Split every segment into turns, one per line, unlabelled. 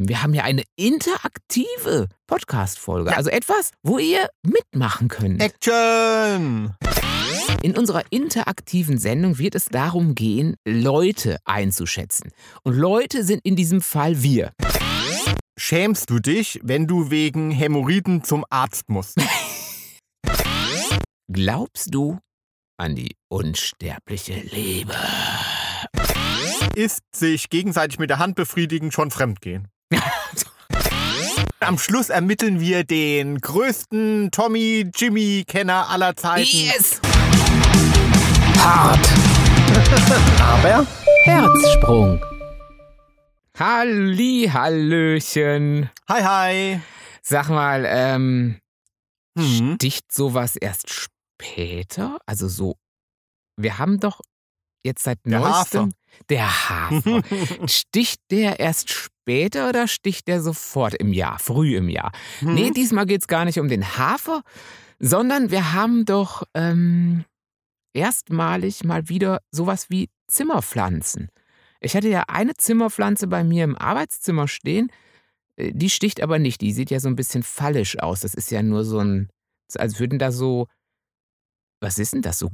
Wir haben ja eine interaktive Podcast-Folge. Also etwas, wo ihr mitmachen könnt.
Action!
In unserer interaktiven Sendung wird es darum gehen, Leute einzuschätzen. Und Leute sind in diesem Fall wir.
Schämst du dich, wenn du wegen Hämorrhoiden zum Arzt musst?
Glaubst du an die unsterbliche Liebe?
Ist sich gegenseitig mit der Hand befriedigen schon Fremdgehen? Am Schluss ermitteln wir den größten Tommy-Jimmy-Kenner aller Zeiten.
yes!
Hart. Aber
Herzsprung. Halli, Hallöchen.
Hi, hi.
Sag mal, ähm,
Hm.
dicht sowas erst später? Also so, wir haben doch jetzt seit
Der
neuestem der Hafer. sticht der erst später oder sticht der sofort im Jahr, früh im Jahr?
hm. Mhm.
Nee, diesmal geht es gar nicht um den Hafer, sondern wir haben doch ähm, erstmalig mal wieder sowas wie Zimmerpflanzen. Ich hatte ja eine Zimmerpflanze bei mir im Arbeitszimmer stehen. äh, Die sticht aber nicht. Die sieht ja so ein bisschen fallisch aus. Das ist ja nur so ein. Als würden da so. Was ist denn das? So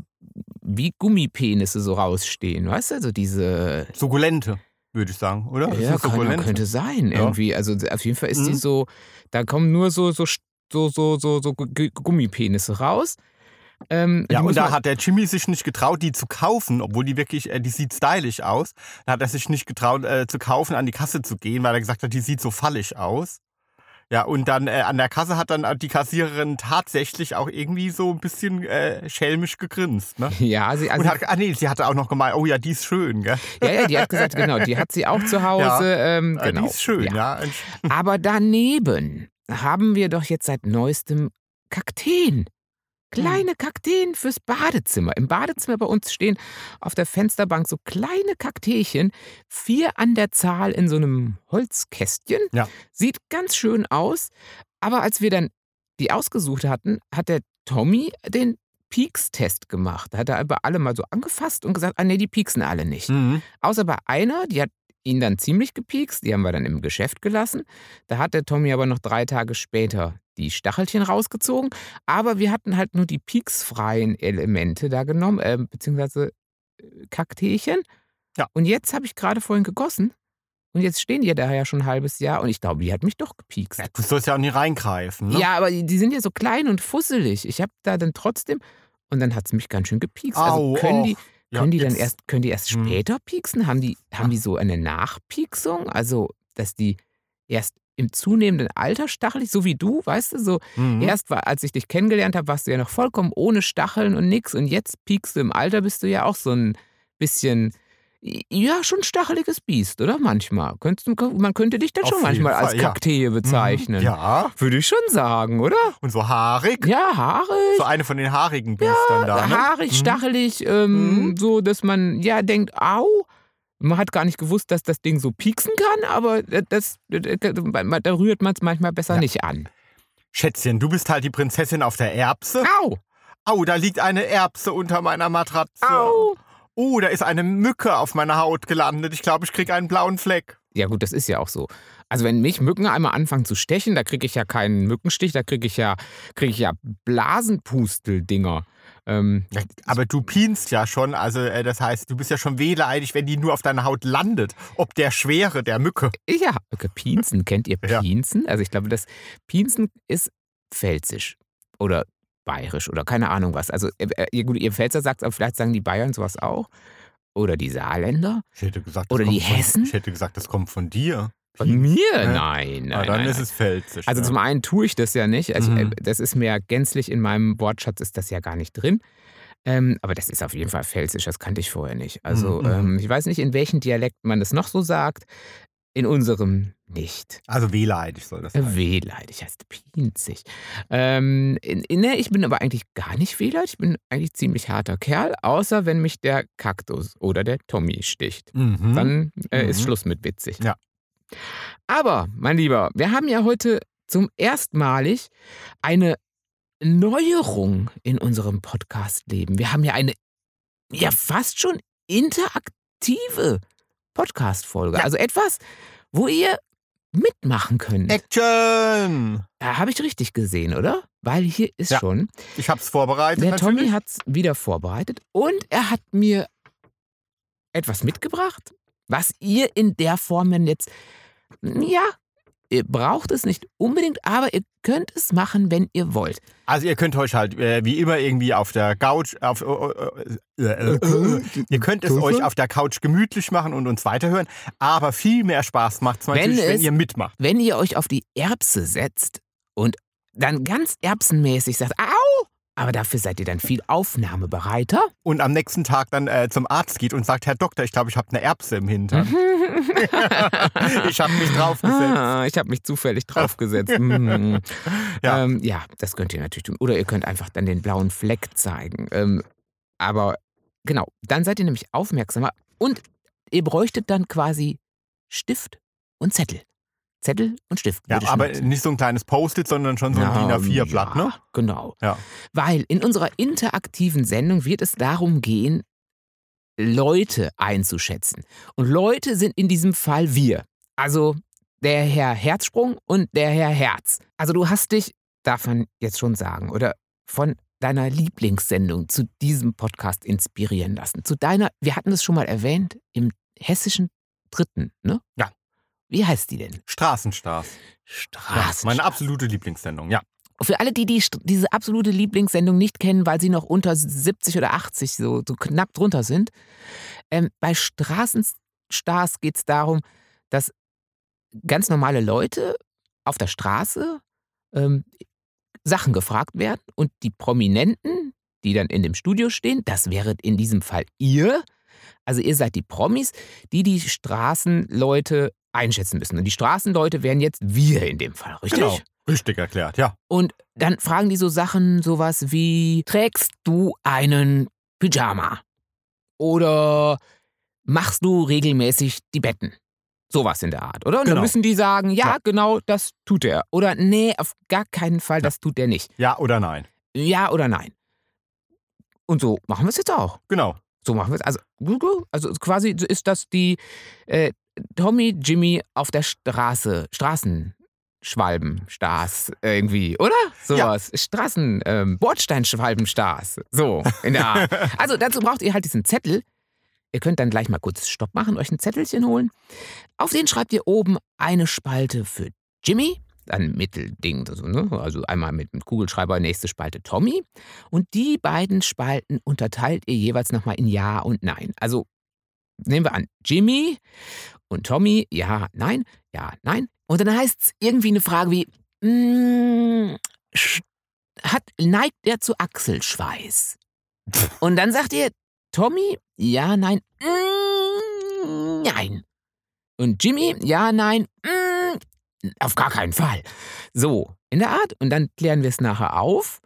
wie Gummipenisse so rausstehen. Weißt du? Also diese.
Sukkulente, würde ich sagen, oder? Das
Ja,
sind
kann,
Sukkulente.
könnte sein,
Ja.
irgendwie. Also auf jeden Fall ist die
Mhm.
so, da kommen nur so, so, so, so, so, so Gu- Gu- Gummipenisse raus. Ähm,
Ja,
die muss
und da
man-
hat der Jimmy sich nicht getraut, die zu kaufen, obwohl die wirklich, äh, die sieht stylisch aus. Da hat er sich nicht getraut, äh, zu kaufen, an die Kasse zu gehen, weil er gesagt hat, die sieht so fallig aus. Ja, und dann äh, an der Kasse hat dann die Kassiererin tatsächlich auch irgendwie so ein bisschen äh, schelmisch gegrinst. Ne?
ja, sie, also,
und hat, ah nee, sie hatte auch noch gemeint, oh ja, die ist schön, gell?
ja, ja, die hat gesagt, genau, die hat sie auch zu Hause. ähm,
Äh,
genau.
Die ist schön,
ja.
ja.
Aber daneben haben wir doch jetzt seit neuestem Kakteen. Kleine Kakteen fürs Badezimmer. Im Badezimmer bei uns stehen auf der Fensterbank so kleine Kakteechen, vier an der Zahl in so einem Holzkästchen.
Ja.
Sieht ganz schön aus. Aber als wir dann die ausgesucht hatten, hat der Tommy den Peaks-Test gemacht. Da hat er aber alle mal so angefasst und gesagt, ah nee, die pieksen alle nicht.
Mhm.
Außer bei einer, die hat ihn dann ziemlich gepiekst, die haben wir dann im Geschäft gelassen. Da hat der Tommy aber noch drei Tage später die Stachelchen rausgezogen. Aber wir hatten halt nur die pieksfreien Elemente da genommen, äh, beziehungsweise äh, Kakteechen.
Ja.
Und jetzt habe ich gerade vorhin gegossen. Und jetzt stehen die ja daher schon ein halbes Jahr und ich glaube, die hat mich doch gepiekst.
Du sollst ja auch nicht reingreifen, ne?
Ja, aber die die sind ja so klein und fusselig. Ich habe da dann trotzdem und dann hat es mich ganz schön gepiekst.
Au,
also
oh.
können die,
och. Ja,
können die dann
jetzt-
erst, können die erst
Hm. Ah.
später pieksen? Haben die, haben die so eine Nachpieksung? Also, dass die erst im zunehmenden Alter stachelig, so wie du, weißt du, so
Mhm.
erst war, als ich dich kennengelernt habe, warst du ja noch vollkommen ohne Stacheln und nix und jetzt piekst du im Alter, bist du ja auch so ein bisschen, ja, schon stacheliges Biest, oder? Manchmal. Könntest, du- man könnte dich dann
Auf
schon
jeden
manchmal als
Fall, ja. Mhm.
Kakteen bezeichnen.
Ja,
Würde ich schon sagen, oder?
und so haarig.
Ja, haarig.
So eine von den haarigen Biestern da. Ne?
Haarig,
Mhm.
stachelig, ähm,
Mhm.
so, dass man ja denkt, au. Man hat gar nicht gewusst, dass das Ding so pieksen kann, aber das, da rührt man es manchmal besser
Ja.
nicht an.
Schätzchen, du bist halt die Prinzessin auf der Erbse.
Au!
Au, da liegt eine Erbse unter meiner Matratze.
Au!
Oh, da ist eine Mücke auf meiner Haut gelandet. Ich glaube, ich krieg einen blauen Fleck.
Ja, gut, das ist ja auch so. Also, wenn mich Mücken einmal anfangen zu stechen, da kriege ich ja keinen Mückenstich, da kriege ich ja, krieg ich ja Blasenpustel-Dinger. Ähm,
Aber du pienst ja schon, also äh, das heißt, du bist ja schon wehleidig, wenn die nur auf deiner Haut landet. Ob der Schwere der Mücke.
Ja, okay, Pienzen. Kennt ihr
Ja.
Pienzen? Also ich glaube, das Pienzen ist pfälzisch oder bayerisch oder keine Ahnung was. Also äh, ihr, gut, ihr Pfälzer sagt aber vielleicht sagen die Bayern sowas auch. Oder die Saarländer.
Ich hätte gesagt,
Oder die
von-
Hessen?
hätte gesagt, das kommt von dir.
Von mir?
ne?
Nein, nein,
Aber
nein, nein.
es felsisch.
Also
ja.
zum einen tue ich das ja nicht. Also
Mhm.
äh, das ist mir gänzlich in meinem Wortschatz ist das ja gar nicht drin. Ähm, aber das ist auf jeden Fall pfälzisch, das kannte ich vorher nicht. Also
Mhm.
ähm, ich weiß nicht, in welchem Dialekt man das noch so sagt. In unserem nicht.
also wehleidig soll das
Äh,
sein.
Wehleidig heißt pinzig. Ähm, in, in, ne, ich bin aber eigentlich gar nicht wehleidig. Ich bin eigentlich ziemlich harter Kerl, außer wenn mich der Kaktus oder der Tommy sticht.
Mhm.
Dann äh, ist
Mhm.
Schluss mit witzig.
Ja.
Aber, mein Lieber, wir haben ja heute zum erstmalig eine Neuerung in unserem Podcast-Leben. Wir haben ja eine ja fast schon interaktive Podcast-Folge.
Ja.
Also etwas, wo ihr mitmachen können.
Action!
Ja, Äh, Habe ich richtig gesehen, oder? Weil hier ist
Ja.
schon.
Ich hab's vorbereitet.
Der
natürlich.
Tommy hat's wieder vorbereitet und er hat mir etwas mitgebracht, was ihr in der Form denn jetzt, hm, ja, ihr braucht es nicht unbedingt, aber ihr könnt es machen, wenn ihr wollt.
Also ihr könnt euch halt äh, wie immer irgendwie auf der Couch, auf, äh, äh, äh, äh,
Mhm.
ihr könnt es euch auf der Couch gemütlich machen und uns weiterhören, aber viel mehr Spaß macht's
Wenn
natürlich, wenn
es-
ihr mitmacht.
Wenn ihr euch auf die Erbse setzt und dann ganz erbsenmäßig sagt, au, aber dafür seid ihr dann viel aufnahmebereiter.
Und am nächsten Tag dann äh, zum Arzt geht und sagt, Herr Doktor, ich glaube, ich habe eine Erbse im
Mhm.
Hintern. ich habe mich draufgesetzt.
Ah, ich habe mich zufällig draufgesetzt. Mhm.
Ja.
Ähm, ja, das könnt ihr natürlich tun. Oder ihr könnt einfach dann den blauen Fleck zeigen. Ähm, aber genau, dann seid ihr nämlich aufmerksamer und ihr bräuchtet dann quasi Stift und Zettel. Zettel und Stift.
Ja,
würde ich
aber
nutzen.
nicht so ein kleines Post-it, sondern schon so ein DIN A4-Blatt,
ja,
ne?
Genau.
Ja.
Weil in unserer interaktiven Sendung wird es darum gehen, Leute einzuschätzen. Und Leute sind in diesem Fall wir. Also der Herr Herzsprung und der Herr Herz. Also du hast dich, darf man jetzt schon sagen, oder von deiner Lieblingssendung zu diesem Podcast inspirieren lassen. Zu deiner, wir hatten es schon mal erwähnt, im hessischen Dritten, ne?
Ja.
Wie heißt die denn?
Straßenstars. Ja,
Straßen.
meine absolute Lieblingssendung, ja.
Für alle, die, die St- diese absolute Lieblingssendung nicht kennen, weil sie noch unter 70 oder 80 so, so knapp drunter sind, ähm, bei Straßenstars geht es darum, dass ganz normale Leute auf der Straße ähm, Sachen gefragt werden und die Prominenten, die dann in dem Studio stehen, das wäret in diesem Fall ihr, also ihr seid die Promis, die die Straßenleute einschätzen müssen. Und die Straßenleute wären jetzt wir in dem Fall, richtig?
Genau. Richtig erklärt, ja.
Und dann fragen die so Sachen, sowas wie, trägst du einen Pyjama? Oder machst du regelmäßig die Betten? Sowas in der Art, oder? Und
Genau.
dann müssen die sagen, ja,
Ja.
genau, das tut er. Oder nee, auf gar keinen Fall,
Ja.
das tut er nicht.
Ja oder nein.
Ja oder nein. Und so machen wir es jetzt auch.
Genau.
So machen wir es. Also, Google, also quasi ist das die äh, Tommy Jimmy auf der Straße, Straßen. Schwalbenstars irgendwie, oder? Sowas. Straßen, ähm, Bordsteinschwalbenstars. So, in der Art. also dazu braucht ihr halt diesen Zettel. Ihr könnt dann gleich mal kurz Stopp machen, euch ein Zettelchen holen. Auf den schreibt ihr oben eine Spalte für Jimmy, dann Mittelding, also, ne? also einmal mit einem Kugelschreiber, nächste Spalte Tommy. Und die beiden Spalten unterteilt ihr jeweils nochmal in Ja und Nein. Also nehmen wir an, Jimmy und Tommy, ja, nein, ja, nein. Und dann heißt es irgendwie eine Frage wie, mm, sch- hat, neigt er zu Achselschweiß? Und dann sagt ihr, Tommy, ja, nein, mm, nein. Und Jimmy, ja, nein, mm, auf gar keinen Fall. So, in der Art. Und dann klären wir es nachher auf.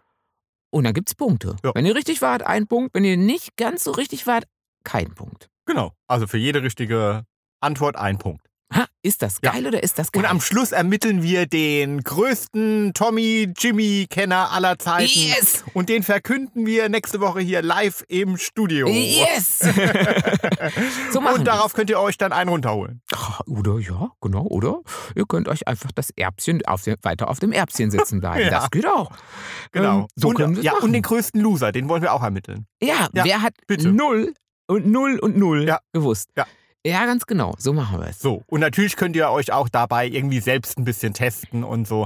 Und dann gibt es Punkte.
Ja.
Wenn ihr richtig wart, ein Punkt. Wenn ihr nicht ganz so richtig wart, kein Punkt.
Genau. Also für jede richtige Antwort ein Punkt.
Ha, ist das
Ja.
geil oder ist das geil?
Und am Schluss ermitteln wir den größten Tommy Jimmy Kenner aller Zeiten.
Yes!
Und den verkünden wir nächste Woche hier live im Studio.
Yes! so machen
Und darauf könnt ihr euch dann einen runterholen.
Ah, Oder ja, genau, oder? Ihr könnt euch einfach das Erbschen auf dem, weiter auf dem Erbschen sitzen bleiben.
Ja.
Das geht auch.
Genau.
Ähm, so können
und,
wir's
ja,
machen.
und den größten Loser, den wollen wir auch ermitteln.
Ja,
Ja,
wer hat
bitte.
null und null und null
Ja.
gewusst?
Ja.
ja, ganz genau. So machen wir es.
So. Und natürlich könnt ihr euch auch dabei irgendwie selbst ein bisschen testen und so.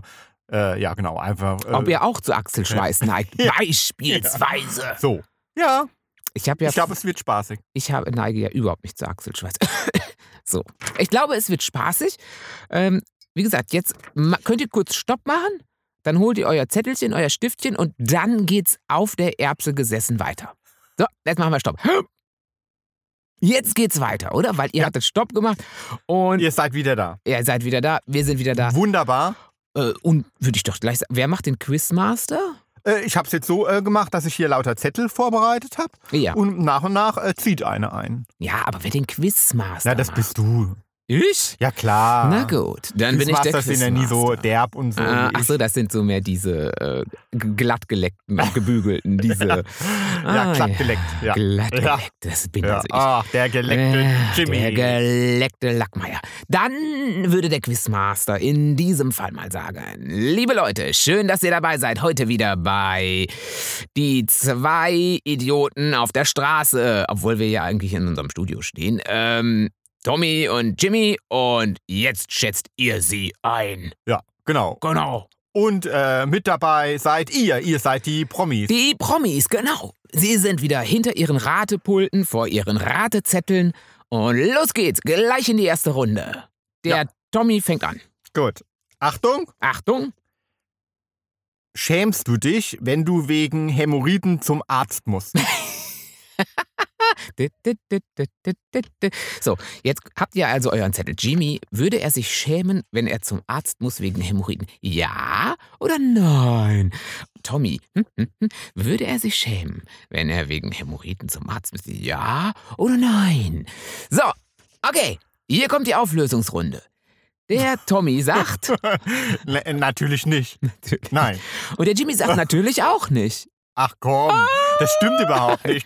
Äh, ja, genau. Einfach. Äh,
Ob ihr auch zu Achselschweiß neigt, beispielsweise.
so. Ja,
Ich habe ja,
ich glaube, es wird spaßig.
ich habe neige ja überhaupt nicht zu Achselschweiß. so, ich glaube, es wird spaßig. Ähm, wie gesagt, jetzt ma- könnt ihr kurz Stopp machen, dann holt ihr euer Zettelchen, euer Stiftchen und dann geht's auf der Erbse gesessen weiter. So, jetzt machen wir Stopp. Jetzt geht's weiter, oder? Weil ihr
Ja.
hattet Stopp gemacht und
Ihr seid wieder da.
ihr seid wieder da, wir sind wieder da.
Wunderbar.
Äh, und würde ich doch gleich sagen, wer macht den Quizmaster?
Äh, ich habe es jetzt so äh, gemacht, dass ich hier lauter Zettel vorbereitet habe.
Ja.
Und nach und nach äh, zieht eine ein.
Ja, aber wer den Quizmaster
Na, das
macht?
bist du.
Ich?
Ja, klar.
Na gut, dann bin ich der
Quizmaster sind ja nie so
Quizmaster.
derb und so.
Ah,
wie
ach
ich.
so, das sind so mehr diese äh, g- glattgeleckten und gebügelten, diese.
ja,
Ah,
glattgeleckt. Ja.
Glattgeleckt,
Ja.
das bin
Ja.
also ich.
Ach, der geleckte
Ach,
Jimmy.
Der geleckte Lackmeier. Dann würde der Quizmaster in diesem Fall mal sagen: Liebe Leute, schön, dass ihr dabei seid. Heute wieder bei Die zwei Idioten auf der Straße. Obwohl wir ja eigentlich in unserem Studio stehen. Ähm, Tommy und Jimmy. Und jetzt schätzt ihr sie ein.
ja, genau.
Genau.
Und äh, mit dabei seid ihr. Ihr seid die Promis.
Die Promis, genau. Sie sind wieder hinter ihren Ratepulten, vor ihren Ratezetteln. Und los geht's, gleich in die erste Runde. Der
Ja.
Tommy fängt an.
Gut. Achtung.
Achtung,
Schämst du dich, wenn du wegen Hämorrhoiden zum Arzt musst?
Dit, dit, dit, dit, dit, dit, dit. So, jetzt habt ihr also euren Zettel. Jimmy, würde er sich schämen, wenn er zum Arzt muss wegen Hämorrhoiden? Ja oder nein? Tommy, hm, hm, hm. würde er sich schämen, wenn er wegen Hämorrhoiden zum Arzt muss? Ja oder nein? So, okay, hier kommt die Auflösungsrunde. Der Tommy sagt,
N Ne, natürlich nicht. Nein.
und der Jimmy sagt natürlich auch nicht.
Ach komm, das stimmt überhaupt nicht.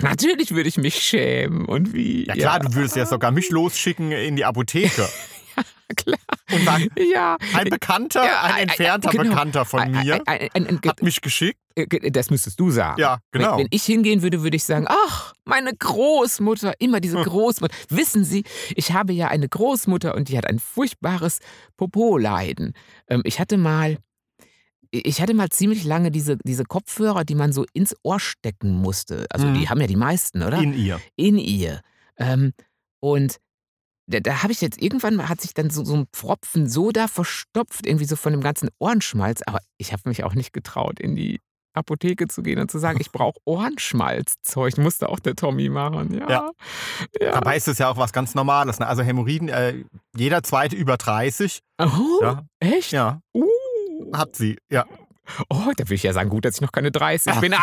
Natürlich würde ich mich schämen. Und wie?
Ja klar, du würdest ja sogar mich losschicken in die Apotheke.
klar.
Und dann
Ja.
ein Bekannter,
Ja,
ein
ein- ein-
entfernter
genau.
Bekannter von
Ein- ein-
mir
ein- ein- ein-
hat mich geschickt.
Äh, Das müsstest du sagen.
Ja, genau.
Wenn, wenn ich hingehen würde, würde ich sagen, ach, meine Großmutter, immer
Hm.
diese Großmutter. Wissen Sie, ich habe ja eine Großmutter und die hat ein furchtbares Popo-Leiden. Ähm, ich hatte mal, ich hatte mal ziemlich lange diese, diese Kopfhörer, die man so ins Ohr stecken musste. Also
Mhm.
die haben ja die meisten, oder?
In ihr.
in ihr. Ähm, und da, da habe ich jetzt irgendwann hat sich dann so, so ein Pfropfen Soda verstopft, irgendwie so von dem ganzen Ohrenschmalz. Aber ich habe mich auch nicht getraut, in die Apotheke zu gehen und zu sagen, ich brauche Ohrenschmalzzeug. Musste auch der Tommy machen, ja.
Ja.
ja.
Dabei ist es ja auch was ganz Normales. Ne? Also Hämorrhoiden, äh, jeder zweite über 30,
Oh,
Ja.
echt?
ja,
Uh.
hat sie. Ja.
Oh, da würde ich ja sagen, gut, dass ich noch keine 30 bin.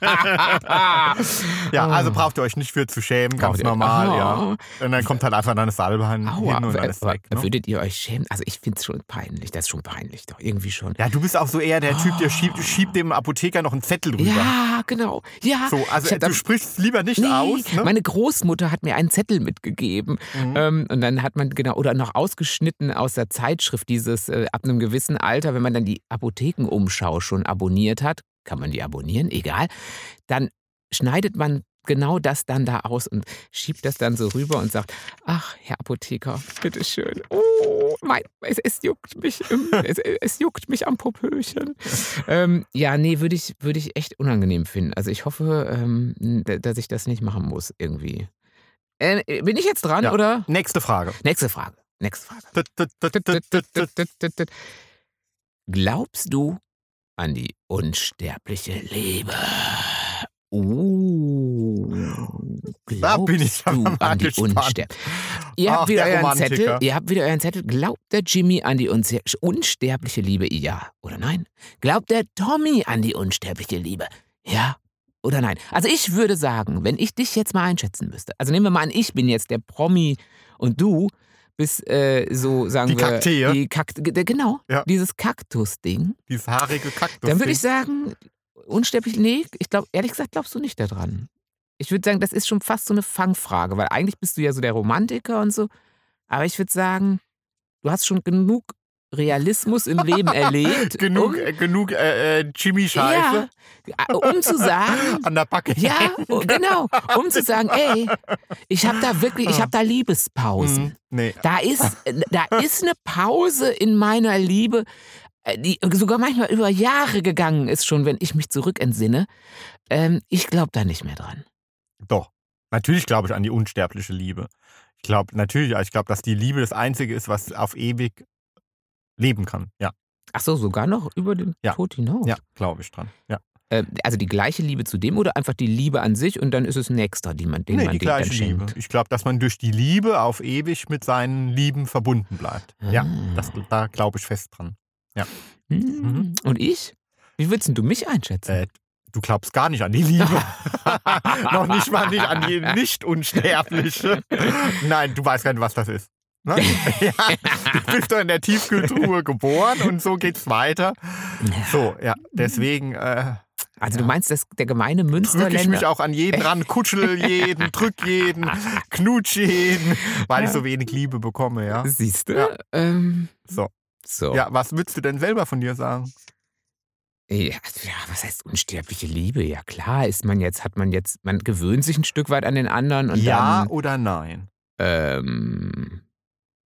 Ah.
Ja, also
Ah.
braucht ihr euch nicht für zu schämen,
Braucht
ganz
ihr-
normal, ja.
Ah.
Und dann kommt halt einfach dann eine Salbe hin
Aua,
hin und alles
aber-
weg. Ne?
würdet ihr euch schämen? Also ich finde es schon peinlich, das ist schon peinlich doch, irgendwie schon.
Ja, du bist auch so eher der Typ, der schiebt, schiebt dem Apotheker noch einen Zettel rüber.
Ah. Ja, genau. Ja.
So, also
Ich hab
du
dann-
sprichst lieber nicht
Nee,
aus. Ne?
meine Großmutter hat mir einen Zettel mitgegeben.
Mhm.
Ähm, und dann hat man genau, oder noch ausgeschnitten aus der Zeitschrift dieses, äh, ab einem gewissen Alter, wenn man dann die Apothekenumschau schon abonniert hat, kann man die abonnieren, egal, dann schneidet man genau das dann da aus und schiebt das dann so rüber und sagt, ach, Herr Apotheker, bitteschön. Oh, mein, es, es juckt mich, im, es, es juckt mich am Popöchen. Ähm, ja, nee, würde ich, würde ich echt unangenehm finden. Also ich hoffe, ähm, d- dass ich das nicht machen muss irgendwie. Äh, bin ich jetzt dran
Ja.
oder?
Nächste Frage.
Nächste Frage. Nächste Frage.
Tut, tut, tut, tut, tut, tut.
Glaubst du an die unsterbliche Liebe? Uh,
Da bin ich
glaubst
aber
du
mal
an die
gespannt.
Unsterb- Ihr habt
Ach,
wieder
der
euren
Romantiker.
Zettel. Ihr habt wieder euren Zettel. Glaubt der Jimmy an die unse- unsterbliche Liebe? Ja oder nein? Glaubt der Tommy an die unsterbliche Liebe? Ja oder nein? Also ich würde sagen, wenn ich dich jetzt mal einschätzen müsste. Also nehmen wir mal an, ich bin jetzt der Promi und du bist äh, so sagen
Die
wir
Kaktee.
die Kakt ge- genau
Ja.
dieses Kaktusding.
Dieses haarige Kaktus.
Dann würde ich sagen, unsterblich nee, ich glaube ehrlich gesagt glaubst du nicht daran. Ich würde sagen, das ist schon fast so eine Fangfrage, weil eigentlich bist du ja so der Romantiker und so, aber ich würde sagen, du hast schon genug Realismus im Leben erlebt, um,
genug, äh, genug äh, äh, Jimmy-Scheiße
ja, um zu sagen,
an der Backe. Hm.
ja, oh, genau, um zu sagen, ey, ich habe da wirklich, ich habe da Liebespausen.
Ah. Mhm. Nee.
Da ist, da ist eine Pause in meiner Liebe, äh, die sogar manchmal über Jahre gegangen ist, schon wenn ich mich zurückentsinne. Ähm, ich glaube da nicht mehr dran.
Doch. Natürlich glaube ich an die unsterbliche Liebe. Ich glaube, natürlich, ich glaube, dass die Liebe das Einzige ist, was auf ewig leben kann. Ja,
Ach so, sogar noch über den
Ja.
Tod hinaus.
ja glaube ich dran. Ja.
Ähm, also die gleiche Liebe zu dem oder einfach die Liebe an sich und dann ist es ein Extra, die man, den
nee,
man
die
dem dann
gleiche Liebe.
schenkt.
Ich glaube, dass man durch die Liebe auf ewig mit seinen Lieben verbunden bleibt. Ja,
Ah.
das, Mhm. da glaube ich fest dran.
Hm. Und ich? Wie würdest denn du mich einschätzen?
Äh, Du glaubst gar nicht an die Liebe. Noch nicht mal nicht an die Nicht-Unsterbliche. Nein, du weißt gar nicht, was das ist. Ne? ja, du bist doch in der Tiefkühltruhe geboren und so geht's weiter. So, ja, deswegen äh,
Also du meinst, dass der gemeine
drücke ich mich
Münsterländer...
auch an jeden ran, kuschel jeden, drück jeden, knutsch jeden, weil ich so wenig Liebe bekomme, ja.
Siehst du?
Ja.
Ähm,
So.
so.
Ja, was würdest du denn selber von dir sagen?
Äh, Ja, ja, was heißt unsterbliche Liebe? Ja klar, ist man jetzt, hat man jetzt, man gewöhnt sich ein Stück weit an den anderen und
ja
dann.
oder nein?
Ähm,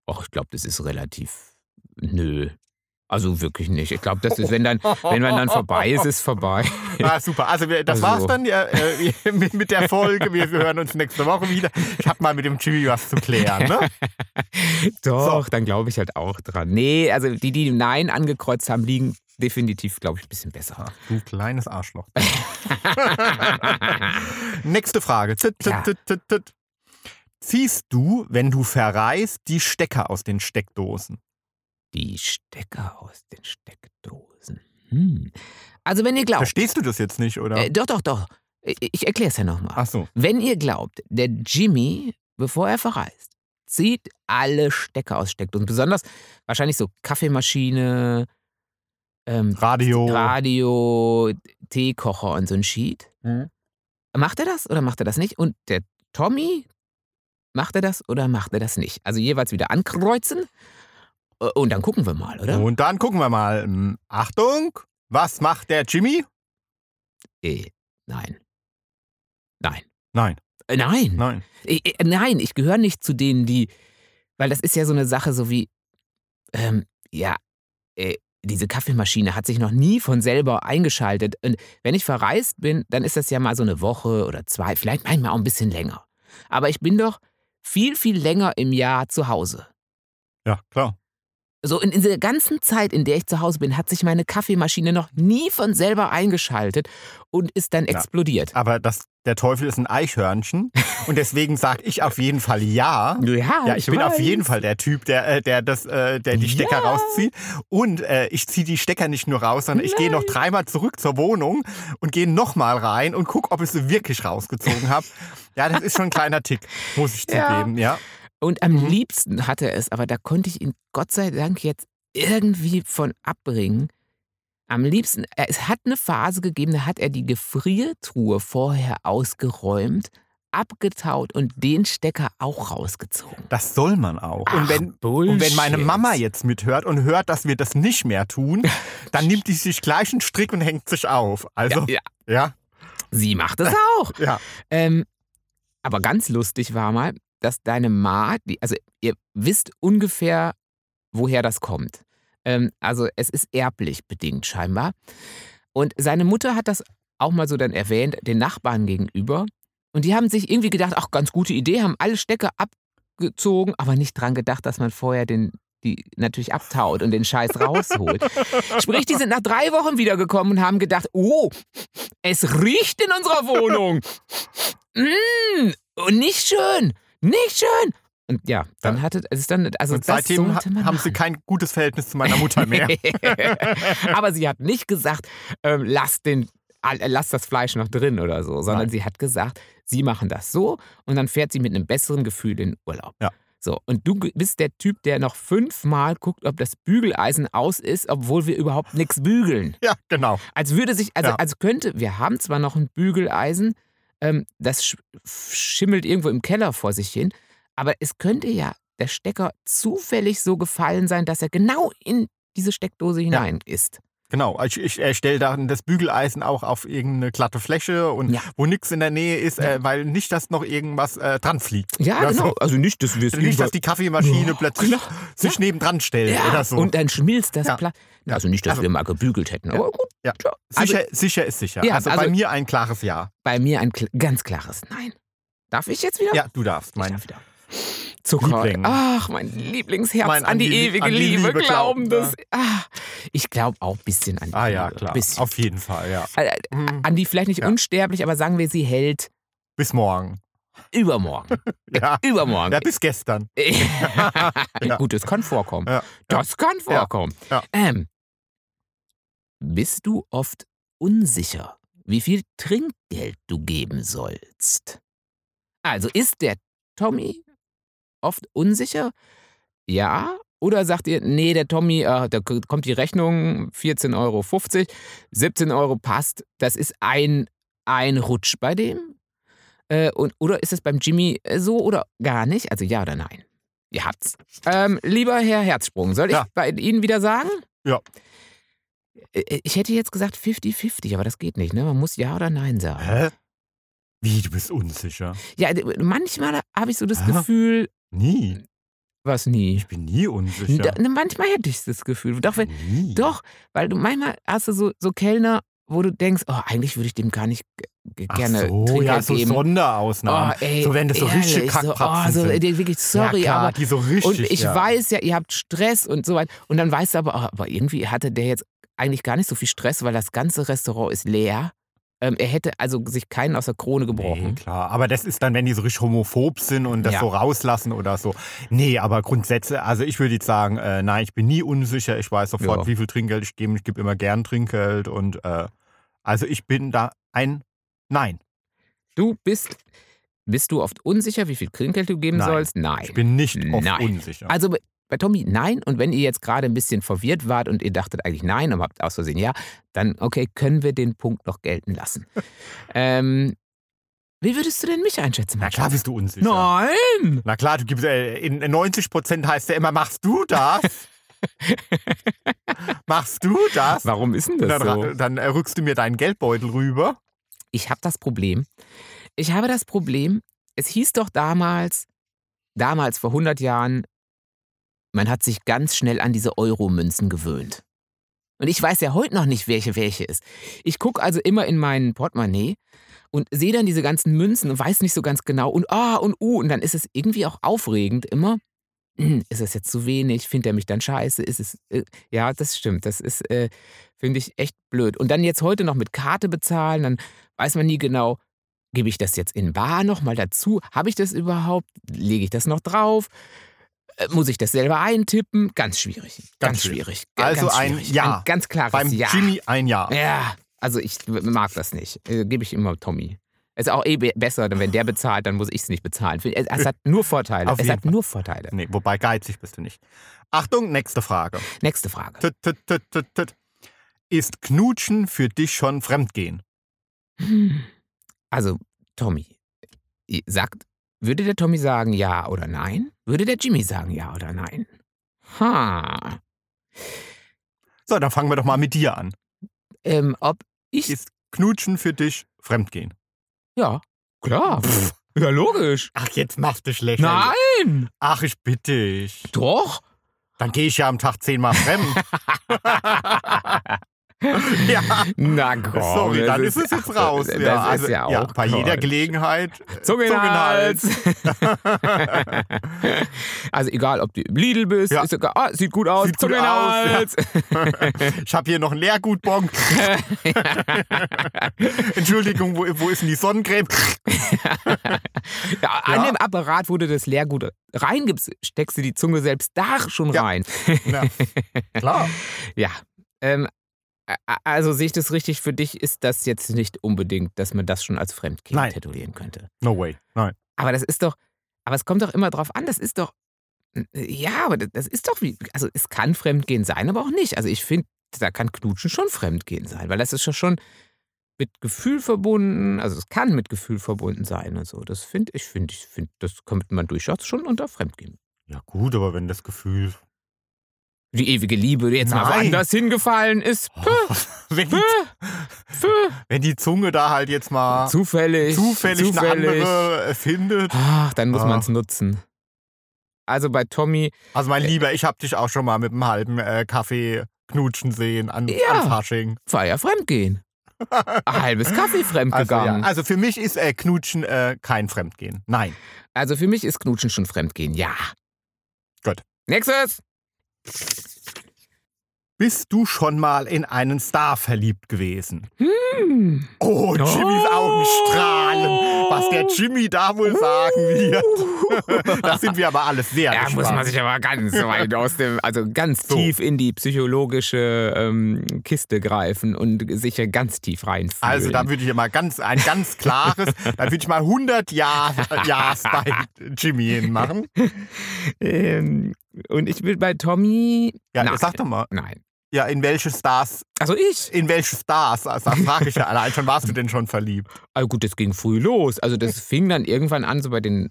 och, ich glaube, das ist relativ nö. Also wirklich nicht. Ich glaube, das ist, wenn dann, wenn man dann vorbei ist, ist vorbei.
Ah, super. Also wir,
Also.
das war's dann ja, äh, wir- mit, mit der Folge. Wir, wir hören uns nächste Woche wieder. Ich habe mal mit dem Jimmy was zu klären. Ne?
Doch, dann glaube ich halt auch dran. Nee, also die, die Nein angekreuzt haben, liegen definitiv, glaube ich, ein bisschen besser.
Ach, du kleines Arschloch. Nächste Frage. Tut, tut,
Ja.
tut, tut, tut. Ziehst du, wenn du verreist, die Stecker aus den Steckdosen?
Die Stecker aus den Steckdosen. Hm. Also wenn ihr glaubt.
Verstehst du das jetzt nicht, oder?
Äh, doch, doch, doch. Ich, ich erkläre es ja nochmal.
Ach so.
Wenn ihr glaubt, der Jimmy, bevor er verreist, zieht alle Stecker aus Steckdosen. Besonders wahrscheinlich so Kaffeemaschine, ähm,
Radio.
Radio, Teekocher und so ein Sheet.
Mhm.
Macht er das oder macht er das nicht? Und der Tommy, macht er das oder macht er das nicht? Also jeweils wieder ankreuzen äh, und dann gucken wir mal, oder?
Und dann gucken wir mal. Hm, Achtung, was macht der Jimmy?
Äh, nein. Nein.
Nein.
Äh, nein.
Nein.
Ich, ich- nein, ich gehöre nicht zu denen, die. Weil das ist ja so eine Sache, so wie. Ähm, ja, äh, diese Kaffeemaschine hat sich noch nie von selber eingeschaltet. Und wenn ich verreist bin, dann ist das ja mal so eine Woche oder zwei, vielleicht manchmal auch ein bisschen länger. Aber ich bin doch viel, viel länger im Jahr zu Hause.
Ja, klar.
So in, in der ganzen Zeit, in der ich zu Hause bin, hat sich meine Kaffeemaschine noch nie von selber eingeschaltet und ist dann
Ja.
explodiert.
Aber das, der Teufel ist ein Eichhörnchen. und deswegen sage ich auf jeden Fall ja.
Ja,
Ja, ich, bin auf
weiß.
jeden Fall der Typ, der, äh, der, das, äh, der die Stecker
Ja.
rauszieht. Und äh, ich ziehe die Stecker nicht nur raus, sondern ich gehe noch dreimal zurück zur Wohnung und gehe nochmal rein und gucke, ob ich sie wirklich rausgezogen habe. Ja, das ist schon ein kleiner Tick, muss ich
Ja.
zugeben. Ja.
Und am
Mhm.
liebsten hatte er es, aber da konnte ich ihn Gott sei Dank jetzt irgendwie von abbringen. Am liebsten, äh, es hat eine Phase gegeben, da hat er die Gefriertruhe vorher ausgeräumt, abgetaut und den Stecker auch rausgezogen.
Das soll man auch.
Ach,
und, wenn, und wenn meine
Bullshit.
Mama jetzt mithört und hört, dass wir das nicht mehr tun, dann nimmt die sich gleich einen Strick und hängt sich auf. Also,
Ja,
ja,
sie macht es auch.
ja.
Ähm, aber ganz lustig war mal, dass deine Ma, die, also ihr wisst ungefähr, woher das kommt. Ähm, also es ist erblich bedingt scheinbar. Und seine Mutter hat das auch mal so dann erwähnt, den Nachbarn gegenüber. Und die haben sich irgendwie gedacht, ach, ganz gute Idee, haben alle Stecker abgezogen, aber nicht dran gedacht, dass man vorher den die natürlich abtaut und den Scheiß rausholt. Sprich, die sind nach drei Wochen wiedergekommen und haben gedacht, oh, es riecht in unserer Wohnung. Mm, und nicht schön, nicht schön. Und ja, dann hatte es ist dann also das
Und seitdem
sollte man
ha- haben sie
machen.
kein gutes Verhältnis zu meiner Mutter mehr.
Aber sie hat nicht gesagt, ähm, lass den äh, lass das Fleisch noch drin oder so, sondern
Nein.
sie hat gesagt, sie machen das so und dann fährt sie mit einem besseren Gefühl in den Urlaub.
Ja.
So, und du g- bist der Typ, der noch fünfmal guckt, ob das Bügeleisen aus ist, obwohl wir überhaupt nichts bügeln.
ja, genau.
Als würde sich, also
Ja.
als könnte, wir haben zwar noch ein Bügeleisen, ähm, das sch schimmelt irgendwo im Keller vor sich hin, aber es könnte ja der Stecker zufällig so gefallen sein, dass er genau in diese Steckdose hinein ist.
Genau, ich, ich erstelle dann das Bügeleisen auch auf irgendeine glatte Fläche und
Ja.
wo nichts in der Nähe ist,
Ja.
äh, weil nicht, dass noch irgendwas äh, dran fliegt.
Ja,
Ja, so.
genau. Also nicht, dass wir es
Also nicht, dass
über-
die Kaffeemaschine
Ja,
plötzlich
klar.
sich nebendran stellt
ja,
oder so.
Und dann schmilzt das
Ja.
Pla-
Ja.
Also nicht, dass
Also-
wir mal gebügelt hätten.
Ja.
Aber gut,
Ja.
tja. Also
sicher, sicher ist sicher.
Ja,
also, bei
also-
mir ein klares Ja.
bei mir ein kl ganz klares Nein. Darf ich jetzt wieder?
Ja, du darfst.
ich
Mein,
darf wieder. Zucker.
Liebling.
Ach, mein Lieblingsherz
Mein
an die,
an die Lie-
ewige
an die
Liebe,
Liebe
glaubendes.
glauben,
Ah, ich glaube auch ein bisschen an die
ah ja,
Liebe.
klar.
Bisschen.
Auf jeden Fall, ja.
Äh, äh,
Hm,
An die vielleicht nicht
Ja.
unsterblich, aber sagen wir, sie hält
Bis morgen.
übermorgen.
Ja.
Übermorgen.
ja, bis gestern. Ja.
Gut, das kann vorkommen.
Ja.
Das kann vorkommen.
Ja.
Ähm, bist du oft unsicher, wie viel Trinkgeld du geben sollst. Also ist der Tommy oft unsicher? Ja? Oder sagt ihr, nee, der Tommy, äh, da k- kommt die Rechnung, 14,50 Euro, 17 Euro passt, das ist ein, ein Rutsch bei dem? Äh, und, oder ist es beim Jimmy äh, so oder gar nicht? Also ja oder nein? Ihr habt's. Ähm, lieber Herr Herzsprung, soll ich
Ja.
bei Ihnen wieder sagen?
Ja.
Äh, Ich hätte jetzt gesagt 50-50, aber das geht nicht, ne? Man muss Ja oder Nein sagen.
Hä? Wie, du bist unsicher?
Ja, d- manchmal habe ich so das
Hä?
Gefühl,
Nie.
was nie.
Ich bin nie unsicher.
Da- ne, manchmal hätte ich das Gefühl. Doch, wenn,
nie.
doch, weil du manchmal hast du so, so Kellner, wo du denkst, oh, eigentlich würde ich dem gar nicht g- g-
Ach
gerne
so,
Trinkgeld
ja, so
geben.
Sonderausnahmen.
Oh, ey,
so wenn das so
ehrlich,
richtige
so, oh,
Kackpratzen
so,
sind.
äh, wirklich, sorry,
ja, klar,
aber
die so richtig,
Und ich
ja.
weiß ja, ihr habt Stress und so weiter. Und dann weißt du aber, oh, aber irgendwie hatte der jetzt eigentlich gar nicht so viel Stress, weil das ganze Restaurant ist leer. Ähm, er hätte also sich keinen aus der Krone
Nee,
gebrochen.
klar, aber das ist dann, wenn die so richtig homophob sind und das
Ja.
so rauslassen oder so. Nee, aber grundsätzlich, also ich würde jetzt sagen, äh, nein, ich bin nie unsicher. Ich weiß sofort,
Ja.
wie viel Trinkgeld ich gebe. Ich gebe immer gern Trinkgeld und äh, also ich bin da ein Nein.
Du bist, bist du oft unsicher, wie viel Trinkgeld du geben
Nein.
sollst? Nein.
Ich bin nicht oft
Nein.
unsicher.
Also bei- bei Tommy nein. Und wenn ihr jetzt gerade ein bisschen verwirrt wart und ihr dachtet eigentlich nein, aber habt aus Versehen ja, dann okay, können wir den Punkt noch gelten lassen. ähm, wie würdest du denn mich einschätzen?
Na
mein
klar
Schatz?
bist du unsicher.
Nein!
Na klar, du gibst äh, in 90 Prozent heißt ja immer, machst du das? machst du das?
Warum ist denn
Und
das
dann,
so?
ra- dann äh, rückst du mir deinen Geldbeutel rüber.
ich habe das Problem. Ich habe das Problem, es hieß doch damals, damals vor 100 Jahren, man hat sich ganz schnell an diese Euro-Münzen gewöhnt. Und ich weiß ja heute noch nicht, welche welche ist. Ich gucke also immer in mein Portemonnaie und sehe dann diese ganzen Münzen und weiß nicht so ganz genau und A und U und dann ist es irgendwie auch aufregend immer. Hm, Ist es jetzt zu wenig? Findet er mich dann scheiße? Ist es. Äh, ja, das stimmt. Das ist, äh, finde ich, echt blöd. Und dann jetzt heute noch mit Karte bezahlen, dann weiß man nie genau, gebe ich das jetzt in Bar nochmal dazu? Habe ich das überhaupt? Lege ich das noch drauf? Äh, Muss ich das selber eintippen? Ganz schwierig. Ganz,
schwierig.
schwierig. Ga-
Also
ganz
ein
schwierig.
Ja.
Ein ganz klares
Beim
Ja.
Jimmy ein Jahr.
Ja, also ich mag das nicht. Äh, Gebe ich immer Tommy. Ist auch eh be- besser, denn wenn der bezahlt, dann muss ich es nicht bezahlen. Es es hat nur Vorteile.
Auf
Es
jeden
hat
Fall.
nur Vorteile.
Nee, wobei geizig bist du nicht. Achtung, nächste Frage.
Nächste Frage.
Tüt, tüt, tüt, tüt, tüt. Ist Knutschen für dich schon Fremdgehen?
Hm. Also, Tommy, i- sagt, würde der Tommy sagen ja oder nein? Würde der Jimmy sagen ja oder nein? Ha.
So, dann fangen wir doch mal mit dir an.
Ähm, ob ich.
Ist Knutschen für dich Fremdgehen?
ja, klar. Pff, ja, logisch.
Ach, jetzt mach dich schlecht.
Nein!
Ach, ich bitte dich.
Doch!
Dann gehe ich ja am Tag zehnmal fremd. ja.
Na komm.
Sorry,
das
dann ist es jetzt
ach,
raus.
Das
ja,
ist
also,
ja auch.
ja, bei jeder
Quatsch.
Gelegenheit.
Zunge in den Hals.
Hals.
also egal, ob du im Lidl bist,
Ja.
ist egal. Ah, sieht gut aus,
Sieht
Zunge
gut
in den
aus, ja.
Hals.
ich habe hier noch einen Leergutbon. Entschuldigung, wo, wo ist denn die Sonnencreme?
Ja, An dem Apparat, wo du das Leergut reingibst, steckst du die Zunge selbst da schon
Ja.
rein.
Na, klar.
Ja. Ähm, a- a- also sehe ich das richtig, für dich ist das jetzt nicht unbedingt, dass man das schon als Fremdkind
Nein.
tätowieren könnte.
No way. Nein.
Aber das ist doch, aber es kommt doch immer drauf an, das ist doch, äh, ja, aber das- das ist doch wie, also es kann Fremdgehen sein, aber auch nicht. Also ich finde, da kann Knutschen schon Fremdgehen sein, weil das ist ja schon mit Gefühl verbunden, also es kann mit Gefühl verbunden sein und so. Das finde ich, finde ich, finde, das kommt man durchaus schon unter Fremdgehen.
Ja gut, aber wenn das Gefühl...
Die ewige Liebe, die jetzt mal
Nein. Oh,
woanders hingefallen ist. Puh,
wenn, die,
puh, puh.
wenn die Zunge da halt jetzt mal
Zufällig.
zufällig, eine andere äh, findet.
Ach, dann muss
Ah.
man es nutzen. Also bei Tommy,
Also mein Lieber, ich habe dich auch schon mal mit einem halben äh, Kaffee knutschen sehen an,
Ja.
an Fasching.
war ja fremdgehen. Ein halbes Kaffee
Also, ja.
fremdgegangen. Also,
also für mich ist äh, Knutschen äh, kein Fremdgehen. Nein.
Also für mich ist Knutschen schon fremdgehen, ja.
Gut.
Nächstes!
Bist du schon mal in einen Star verliebt gewesen?
Hm.
Oh, Jimmys
Oh.
Augen strahlen. Was der Jimmy da wohl sagen wird. das sind wir aber alles sehr
Da muss man
gespannt.
sich aber ganz weit aus dem, also ganz
So.
tief in die psychologische ähm, Kiste greifen und sich ja ganz tief reinfühlen.
Also da würde ich ja mal ganz, ein ganz klares, da würde ich mal 100 Ja, Ja's bei Jimmy hinmachen.
ähm, und ich bin bei Tommy.
Ja,
nein,
sag doch mal,
nein.
ja, in welche Stars,
Also ich.
in welche Stars, also, das frage ich ja allein schon, warst du denn schon verliebt?
Also gut, das ging früh los. Also das fing dann irgendwann an, so bei den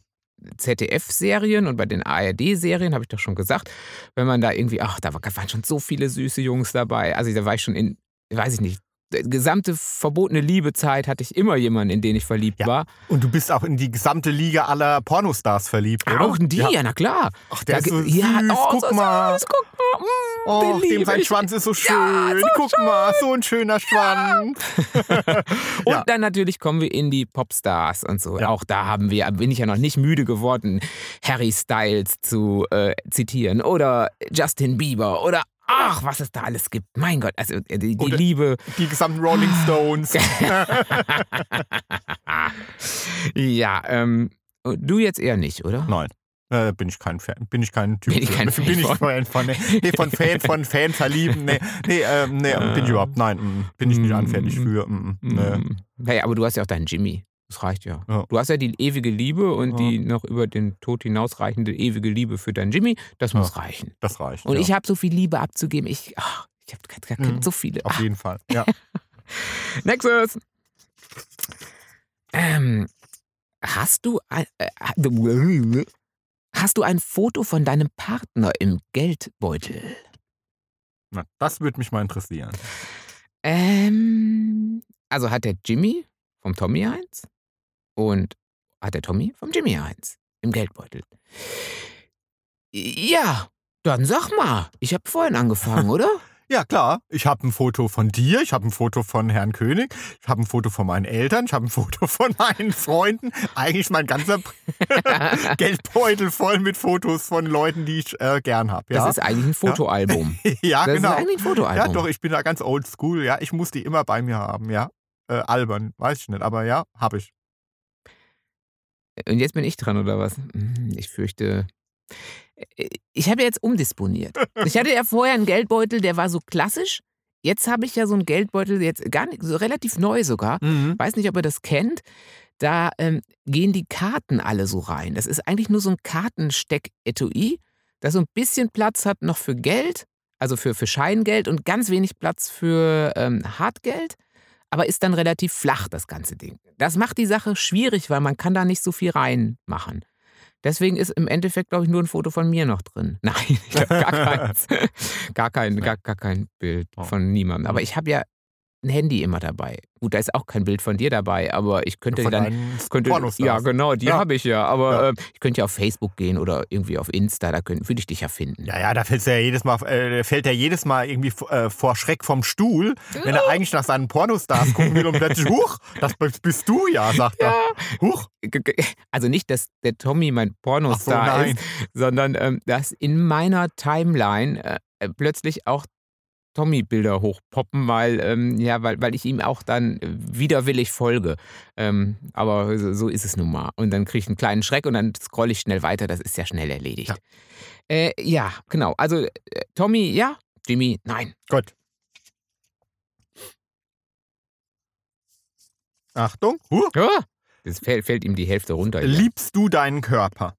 ZDF-Serien und bei den ARD-Serien, habe ich doch schon gesagt. Wenn man da irgendwie, ach, da waren schon so viele süße Jungs dabei. Also da war ich schon in, weiß ich nicht, die gesamte verbotene Liebezeit hatte ich immer jemanden, in den ich verliebt
Ja.
war.
Und du bist auch in die gesamte Liga aller Pornostars verliebt, oder?
Auch die, ja,
Ja.
na klar.
Ach, der
Da
ist so
ge- ja,
süß,
oh,
guck
so
mal.
Süß, guck mal. Mm,
Oh,
den
dem
liebe
sein
ich.
Schwanz ist so schön.
Ja, so
Guck mal, so ein schöner Schwanz.
Und
Ja.
dann natürlich kommen wir in die Popstars und so.
Ja.
Auch da haben wir, bin ich ja noch nicht müde geworden, Harry Styles zu äh, zitieren oder Justin Bieber oder ach, was es da alles gibt. Mein Gott, also äh, die, die
Oder-
Liebe.
Die gesamten Rolling Stones.
ja, ähm, du jetzt eher nicht, oder?
Nein. Äh, bin ich kein Fan, bin ich kein Typ.
Bin ich
für.
kein Fan
bin ich
von.
Fan von. Nee, nee, von Fan, von Fan verlieben. Nee, nee, ähm, nee bin ich überhaupt. Nein, mm, bin ich nicht
Mm.
anfällig für. Mm, nee.
Mm. Naja, aber du hast ja auch deinen Jimmy. Das reicht ja.
Ja.
Du hast ja die ewige Liebe und
Ja.
die noch über den Tod hinausreichende ewige Liebe für deinen Jimmy. Das muss reichen.
Das reicht.
Und
ja.
ich habe so viel Liebe abzugeben. Ich, ach, ich habe
Mhm.
so viele. Ah,
Auf jeden Fall. Ja.
Nexus! Ähm, hast du ein, äh, hast du ein Foto von deinem Partner im Geldbeutel?
Na, Das würde mich mal interessieren.
Ähm, also hat der Jimmy vom Tommy eins und hat der Tommy vom Jimmy eins im Geldbeutel. Ja, dann sag mal, ich habe vorhin angefangen, oder?
Ja, klar. Ich habe ein Foto von dir, ich habe ein Foto von Herrn König, ich habe ein Foto von meinen Eltern, ich habe ein Foto von meinen Freunden. Eigentlich mein ganzer Geldbeutel voll mit Fotos von Leuten, die ich äh, gern habe. Ja,
Das ist eigentlich ein Fotoalbum.
ja
das
genau.
ist eigentlich ein
Ja,
Fotoalbum.
doch, ich bin da ganz oldschool, ja. Ich muss die immer bei mir haben, ja. Äh, albern, weiß ich nicht, aber ja, habe ich.
Und jetzt bin ich dran, oder was? Hm, Ich fürchte. äh, Ich habe jetzt umdisponiert. Ich hatte ja vorher einen Geldbeutel, der war so klassisch. Jetzt habe ich ja so einen Geldbeutel, jetzt gar nicht, so relativ neu sogar.
Mhm.
Weiß nicht, ob ihr das kennt. Da ähm, gehen die Karten alle so rein. Das ist eigentlich nur so ein Kartensteck-Etui, das so ein bisschen Platz hat noch für Geld, also für, für Scheingeld und ganz wenig Platz für ähm, Hartgeld, aber ist dann relativ flach, das ganze Ding. Das macht die Sache schwierig, weil man kann da nicht so viel reinmachen. Deswegen ist im Endeffekt, glaube ich, nur ein Foto von mir noch drin. Nein, ich glaub, gar keins. Gar kein, gar, gar kein Bild
Oh.
von niemandem. Aber ich habe ja ein Handy immer dabei. Gut, da ist auch kein Bild von dir dabei, aber ich könnte
Von
dann
deinen
könnte,
Pornostars.
ja, genau, die
Ja.
habe ich ja. Aber
Ja.
ähm, ich könnte ja auf Facebook gehen oder irgendwie auf Insta, da könnte, würde ich dich ja finden.
Ja, ja, da fällt's ja jedes Mal, äh, fällt er jedes Mal irgendwie äh, vor Schreck vom Stuhl, wenn er eigentlich nach seinen Pornostars gucken will und plötzlich, huch, das bist- bist du ja, sagt er. Huch.
G- g- Also nicht, dass der Tommy mein
Ach so,
Pornostar
nein.
ist, sondern ähm, dass in meiner Timeline äh, äh, plötzlich auch Tommy-Bilder hochpoppen, weil, ähm, ja, weil, weil ich ihm auch dann äh, widerwillig folge. Ähm, aber so, so ist es nun mal. Und dann kriege ich einen kleinen Schreck und dann scrolle ich schnell weiter. Das ist ja schnell erledigt.
Ja.
Äh, ja genau. Also äh, Tommy, ja. Jimmy, nein.
Gott. Achtung. Huh.
Ah, Das fällt, fällt ihm die Hälfte runter. hier.
Liebst du deinen Körper?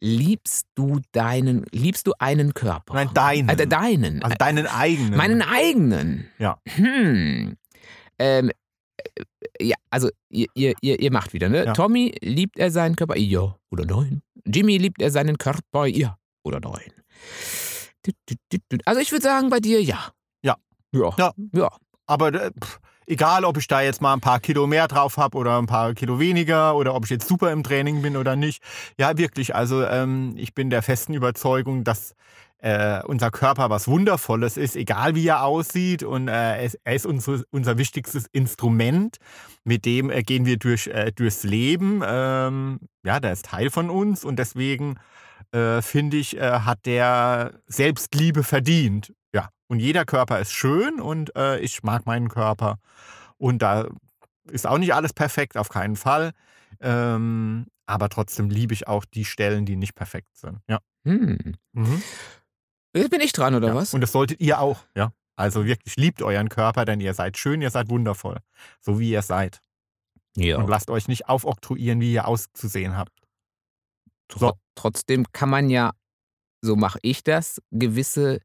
liebst du deinen, liebst du einen Körper?
Nein, deinen.
Äh, deinen.
Also deinen eigenen.
Meinen eigenen.
Ja.
Hm. Ähm, äh, ja, also ihr, ihr, ihr ihr macht wieder, ne?
Ja.
Tommy liebt er seinen Körper, ja oder nein. Jimmy liebt er seinen Körper, ja oder nein. Tü, tü, tü, tü. Also ich würde sagen, bei dir ja.
Ja.
Ja.
Ja.
ja.
Aber äh, pff, egal, ob ich da jetzt mal ein paar Kilo mehr drauf habe oder ein paar Kilo weniger oder ob ich jetzt super im Training bin oder nicht. Ja, wirklich. Also ähm, ich bin der festen Überzeugung, dass äh, unser Körper was Wundervolles ist, egal wie er aussieht. Und äh, es, er ist unsere, unser wichtigstes Instrument. Mit dem äh, gehen wir durch, äh, durchs Leben. Ähm, ja, der ist Teil von uns und deswegen äh, finde ich, äh, hat der Selbstliebe verdient. Ja, und jeder Körper ist schön und äh, ich mag meinen Körper. Und da ist auch nicht alles perfekt, auf keinen Fall. Ähm, aber trotzdem liebe ich auch die Stellen, die nicht perfekt sind. Ja.
Hm.
Mhm.
Jetzt bin ich dran, oder
ja.
was?
Und das solltet ihr auch, ja. Also wirklich liebt euren Körper, denn ihr seid schön, ihr seid wundervoll. So wie ihr seid.
Ja.
Und lasst euch nicht aufoktroyieren, wie ihr auszusehen habt.
Tro Trotzdem kann man ja, so mache ich das, gewisse,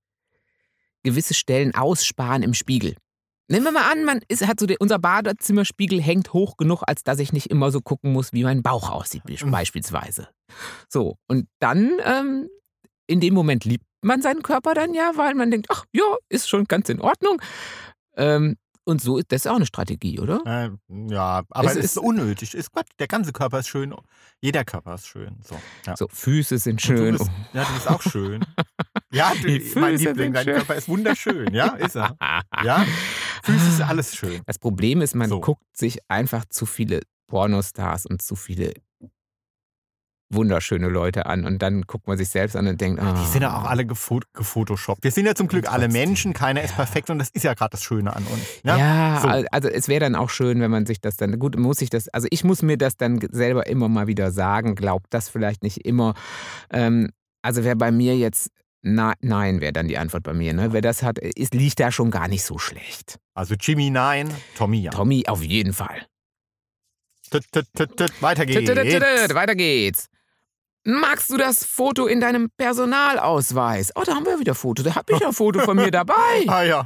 gewisse Stellen aussparen im Spiegel. Nehmen wir mal an, man ist, hat so den, unser Badezimmerspiegel hängt hoch genug, als dass ich nicht immer so gucken muss, wie mein Bauch aussieht, be-
Mhm.
beispielsweise. So, und dann, ähm, in dem Moment liebt man seinen Körper dann ja, weil man denkt, ach ja, ist schon ganz in Ordnung. Ähm, und so ist das ist auch eine Strategie, oder?
Äh, ja, aber
Es ist-
es, ist unnötig. Ist Gott, der ganze Körper ist schön. Jeder Körper ist schön. So, ja.
So, Füße sind
Und
schön.
Du bist, ja, du bist auch schön. ja, du,
Die
mein
Füße
Liebling,
sind
dein
schön.
Körper ist wunderschön. Ja, ist er. Ja, Füße ist alles schön.
Das Problem ist, man
So.
guckt sich einfach zu viele Pornostars und zu viele wunderschöne Leute an und dann guckt man sich selbst an und denkt, ah,
Die sind ja auch alle gefo gefotoshoppt. Wir sind ja zum Glück alle
Trotzdem.
Menschen, keiner ist
Ja.
perfekt und das ist ja gerade das Schöne an uns.
Ja,
Ja, ne? so.
al- also es wäre dann auch schön, wenn man sich das dann, gut, muss ich das, also ich muss mir das dann ge- selber immer mal wieder sagen, glaubt das vielleicht nicht immer. Ähm, also wer bei mir jetzt, na, nein, wäre dann die Antwort bei mir, ne? Wer das hat, ist, liegt da schon gar nicht so schlecht.
Also Jimmy nein, Tommy ja.
Tommy, auf jeden Fall.
Tüt, tüt, tüt, tüt, Weiter
Tüt,
geht's.
tüt, tüt, tüt, Weiter geht's. Magst du das Foto in deinem Personalausweis? Oh, da haben wir wieder Foto. Da hab ich ein Foto von mir dabei.
Ah ja.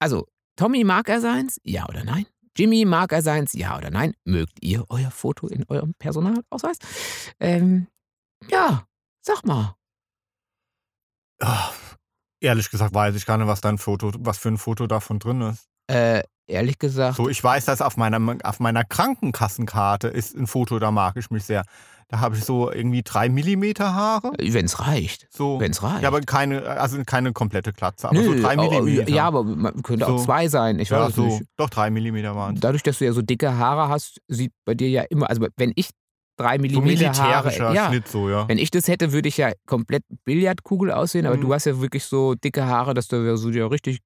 Also, Tommy mag er seins? Ja oder nein? Jimmy mag er seins? Ja oder nein? Mögt ihr euer Foto in eurem Personalausweis? Ähm, ja, sag mal.
Ah, Ehrlich gesagt weiß ich gar nicht, was dein Foto, was für ein Foto davon drin ist.
Äh, ehrlich gesagt,
So, ich weiß, dass auf meiner, auf meiner Krankenkassenkarte ist ein Foto, da mag ich mich sehr. Da habe ich so irgendwie drei Millimeter Haare.
wenn's reicht.
So.
Wenn's reicht.
Ja, aber keine, also keine komplette Glatze, aber
Nö,
so drei
oh, oh,
Millimeter.
Ja, aber man könnte auch
So.
zwei sein. Ich
Ja,
weiß es
so.
nicht.
Doch, drei Millimeter waren es.
dadurch, dass du ja so dicke Haare hast, sieht bei dir ja immer, also wenn ich drei
So
Millimeter
militärischer
Haare, ja,
Schnitt, so, ja.
wenn ich das hätte, würde ich ja komplett Billardkugel aussehen, aber
Mhm.
du hast ja wirklich so dicke Haare, dass du ja so ja richtig,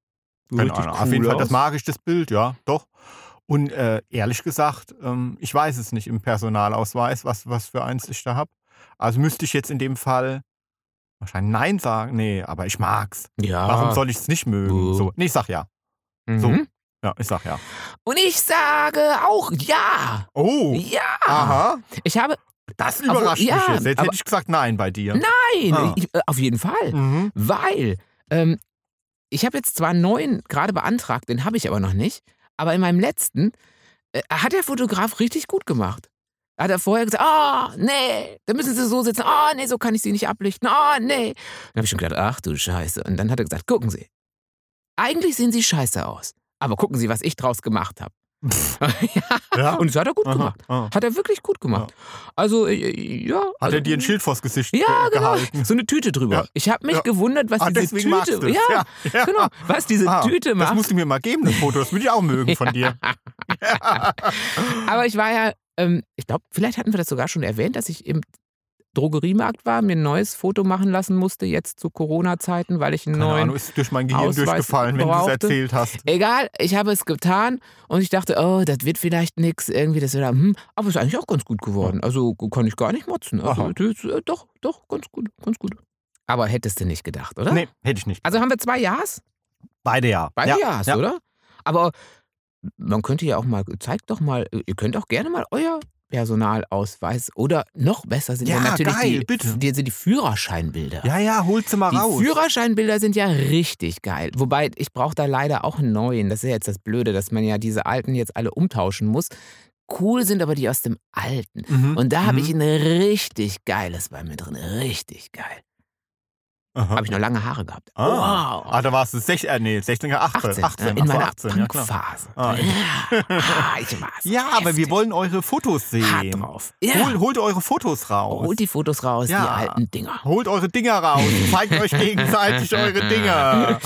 so
Keine
richtig
Ahnung.
cool
Auf jeden Fall,
aus.
das mag ich, das Bild, ja, doch. Und äh, ehrlich gesagt, ähm, ich weiß es nicht im Personalausweis, was, was für eins ich da habe. Also müsste ich jetzt in dem Fall wahrscheinlich Nein sagen. Nee, aber ich mag's.
Ja.
Warum soll ich es nicht mögen?
Buh.
So. Nee, ich sag ja.
mhm.
so. Ja, ich sag ja.
Und ich sage auch ja.
Oh,
Ja.
aha.
Ich habe
Das
Aber-
überrascht mich
ja,
jetzt. Jetzt
aber-
hätte ich gesagt Nein bei dir.
nein,
Ah.
ich, äh, auf jeden Fall,
Mhm.
weil ähm, ich habe jetzt zwar einen neuen gerade beantragt, den habe ich aber noch nicht, aber in meinem letzten äh, hat der Fotograf richtig gut gemacht. Hat er vorher gesagt, ah, nee, da müssen sie so sitzen, ah, nee, so kann ich sie nicht ablichten, ah, nee. Dann habe ich schon gedacht, ach du Scheiße. Und dann hat er gesagt, gucken Sie, eigentlich sehen sie scheiße aus, aber gucken Sie, was ich draus gemacht habe.
Ja?
Und das hat er gut
Aha,
gemacht.
aha.
Hat er wirklich gut gemacht. Also, äh, äh, ja.
Hat er
also-
dir ein Schild vors Gesicht
ja,
ge-
genau.
gehalten?
So eine Tüte drüber.
Ja.
Ich habe mich
Ja.
gewundert, was
Ah,
diese
deswegen magst
Tüte.
du's.
Ja,
ja.
genau. Was diese
Ah,
Tüte
Das
macht.
musst du mir mal geben, das Foto. Das würde ich auch mögen von dir.
Aber ich war ja, ähm, ich glaube, vielleicht hatten wir das sogar schon erwähnt, dass ich im Drogeriemarkt war, mir ein neues Foto machen lassen musste, jetzt zu Corona-Zeiten, weil ich einen
Keine
neuen.
Ahnung, ist durch mein Gehirn
Ausweis
durchgefallen, wenn du es
brauchte.
erzählt hast.
Egal, ich habe es getan und ich dachte, oh, das wird vielleicht nichts, irgendwie, das wird, hm, aber ist eigentlich auch ganz gut geworden. Also kann ich gar nicht motzen. Also,
Aha.
das, äh, doch, doch, ganz gut, ganz gut. Aber hättest du nicht gedacht, oder?
Nee, hätte ich nicht.
Also haben wir zwei Ja's?
Beide ja.
Beide
ja.
Ja's, oder? Aber man könnte ja auch mal, zeigt doch mal, äh, ihr könnt auch gerne mal euer Personalausweis oder noch besser sind ja,
Ja,
natürlich
geil,
die,
bitte.
die, sind die Führerscheinbilder.
Ja, ja, holst du mal
Die
raus.
Führerscheinbilder sind ja richtig geil. Wobei, ich brauche da leider auch einen neuen. Das ist ja jetzt das Blöde, dass man ja diese alten jetzt alle umtauschen muss. Cool sind aber die aus dem alten.
Mhm,
Und da habe
mhm.
ich ein richtig geiles bei mir drin. Richtig geil.
Aha.
Habe ich noch lange Haare gehabt.
Ah.
Wow.
ah, da warst du 16, äh, nee, 16, 18.
18,
18,
äh, in
Ach so,
meiner
18 ja, klar.
Punkphase.
Ah, in-
ja, ah, ich war's.
Ja, aber wir
Heftig.
wollen eure Fotos
Hart
sehen.
drauf. Ja.
Hol, holt eure Fotos raus.
Holt die Fotos raus, die
Ja.
alten Dinger.
Holt eure Dinger raus. Zeigt euch gegenseitig eure Dinger.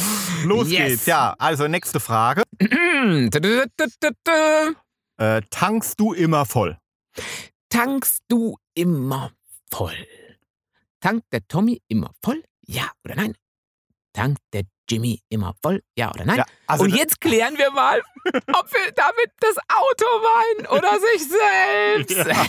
Los
Yes.
geht's. Ja, also nächste Frage. Äh, tankst du immer voll?
Tankst du immer voll? Tankt der Tommy immer voll? Ja oder nein? tankt der Jimmy immer voll, ja oder nein?
Ja, also
Und
da-
jetzt klären wir mal, ob wir damit das Auto meinen oder sich selbst.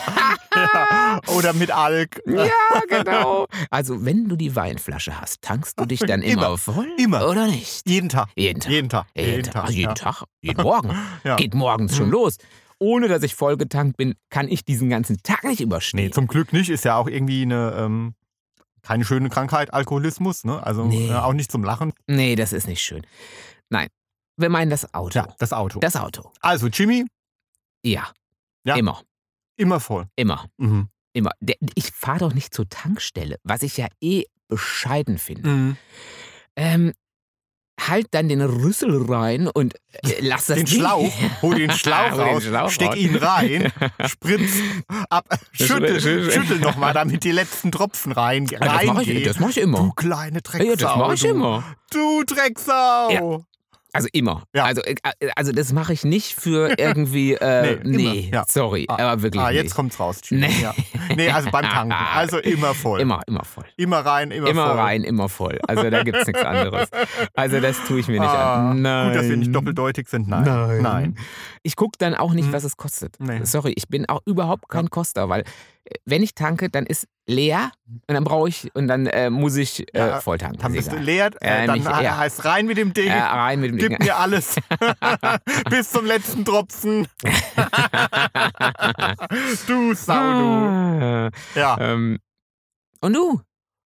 Ja. Oder mit Alk. Äh,
Ja, genau. Also, wenn du die Weinflasche hast, tankst du dich dann immer,
Immer.
voll?
Immer.
Oder nicht?
Jeden Tag.
Jeden Tag.
Jeden Tag.
Jeden Tag. Also jeden
ja.
Tag. Jeden Morgen.
Ja. Mhm.
Geht morgens schon los. Ohne dass ich vollgetankt bin, kann ich diesen ganzen Tag nicht
Nee,
überstehen.
zum Glück nicht. Ist ja auch irgendwie eine ähm, keine schöne Krankheit, Alkoholismus. Ne? Also
Nee.
äh, auch nicht zum Lachen.
Nee, das ist nicht schön. Nein, wir meinen das Auto.
Ja, das Auto.
Das Auto.
Also Jimmy,
Ja.
Ja.
Immer.
immer voll.
Immer.
Mhm.
Immer. Der- Ich fahre doch nicht zur Tankstelle, was ich ja eh bescheiden finde.
Mhm.
Ähm, halt dann den Rüssel rein und äh, lass das
Den
Ding-
Schlauch, hol den Schlauch
Hol den
raus,
Schlauch
steck
raus.
ihn rein, spritz ab, schüttel,
schüttel.
schüttel nochmal, damit die letzten Tropfen rein,
Ja, das mache ich,
reingehen.
das mach ich
Du
immer.
kleine Drecksau.
Ja, das mache ich
du.
immer.
Du Drecksau. Ah,
Ja. Also immer.
Ja.
Also, äh, also das mache ich nicht für irgendwie. Äh,
Nee,
nee,
immer. Ja.
sorry,
Ah,
aber wirklich.
Ah,
nicht.
jetzt kommt's raus. Jimmy.
Nee.
Ja. nee, also beim Tanken. Also immer voll.
Immer, immer voll.
Immer rein, immer,
Immer
voll.
rein, immer voll. Also da gibt's nichts anderes. Also das tue ich mir nicht
Ah,
an. Nein.
Gut, dass wir nicht doppeldeutig sind. Nein.
Nein.
Nein.
Ich gucke dann auch nicht,
Hm.
was es kostet.
Nee.
Sorry, ich bin auch überhaupt kein Koster, weil äh, wenn ich tanke, dann ist leer und dann brauche ich und dann äh, muss ich äh,
Ja,
voll tanken.
Dann
ist
bist du
egal.
leer, äh,
Äh,
dann
nicht-
he-
ja.
heißt rein mit dem Ding.
äh, rein mit dem Ding.
Gib mir alles. Bis zum letzten Tropfen. du Sau,
Ah,
du. Ja.
ähm, und du?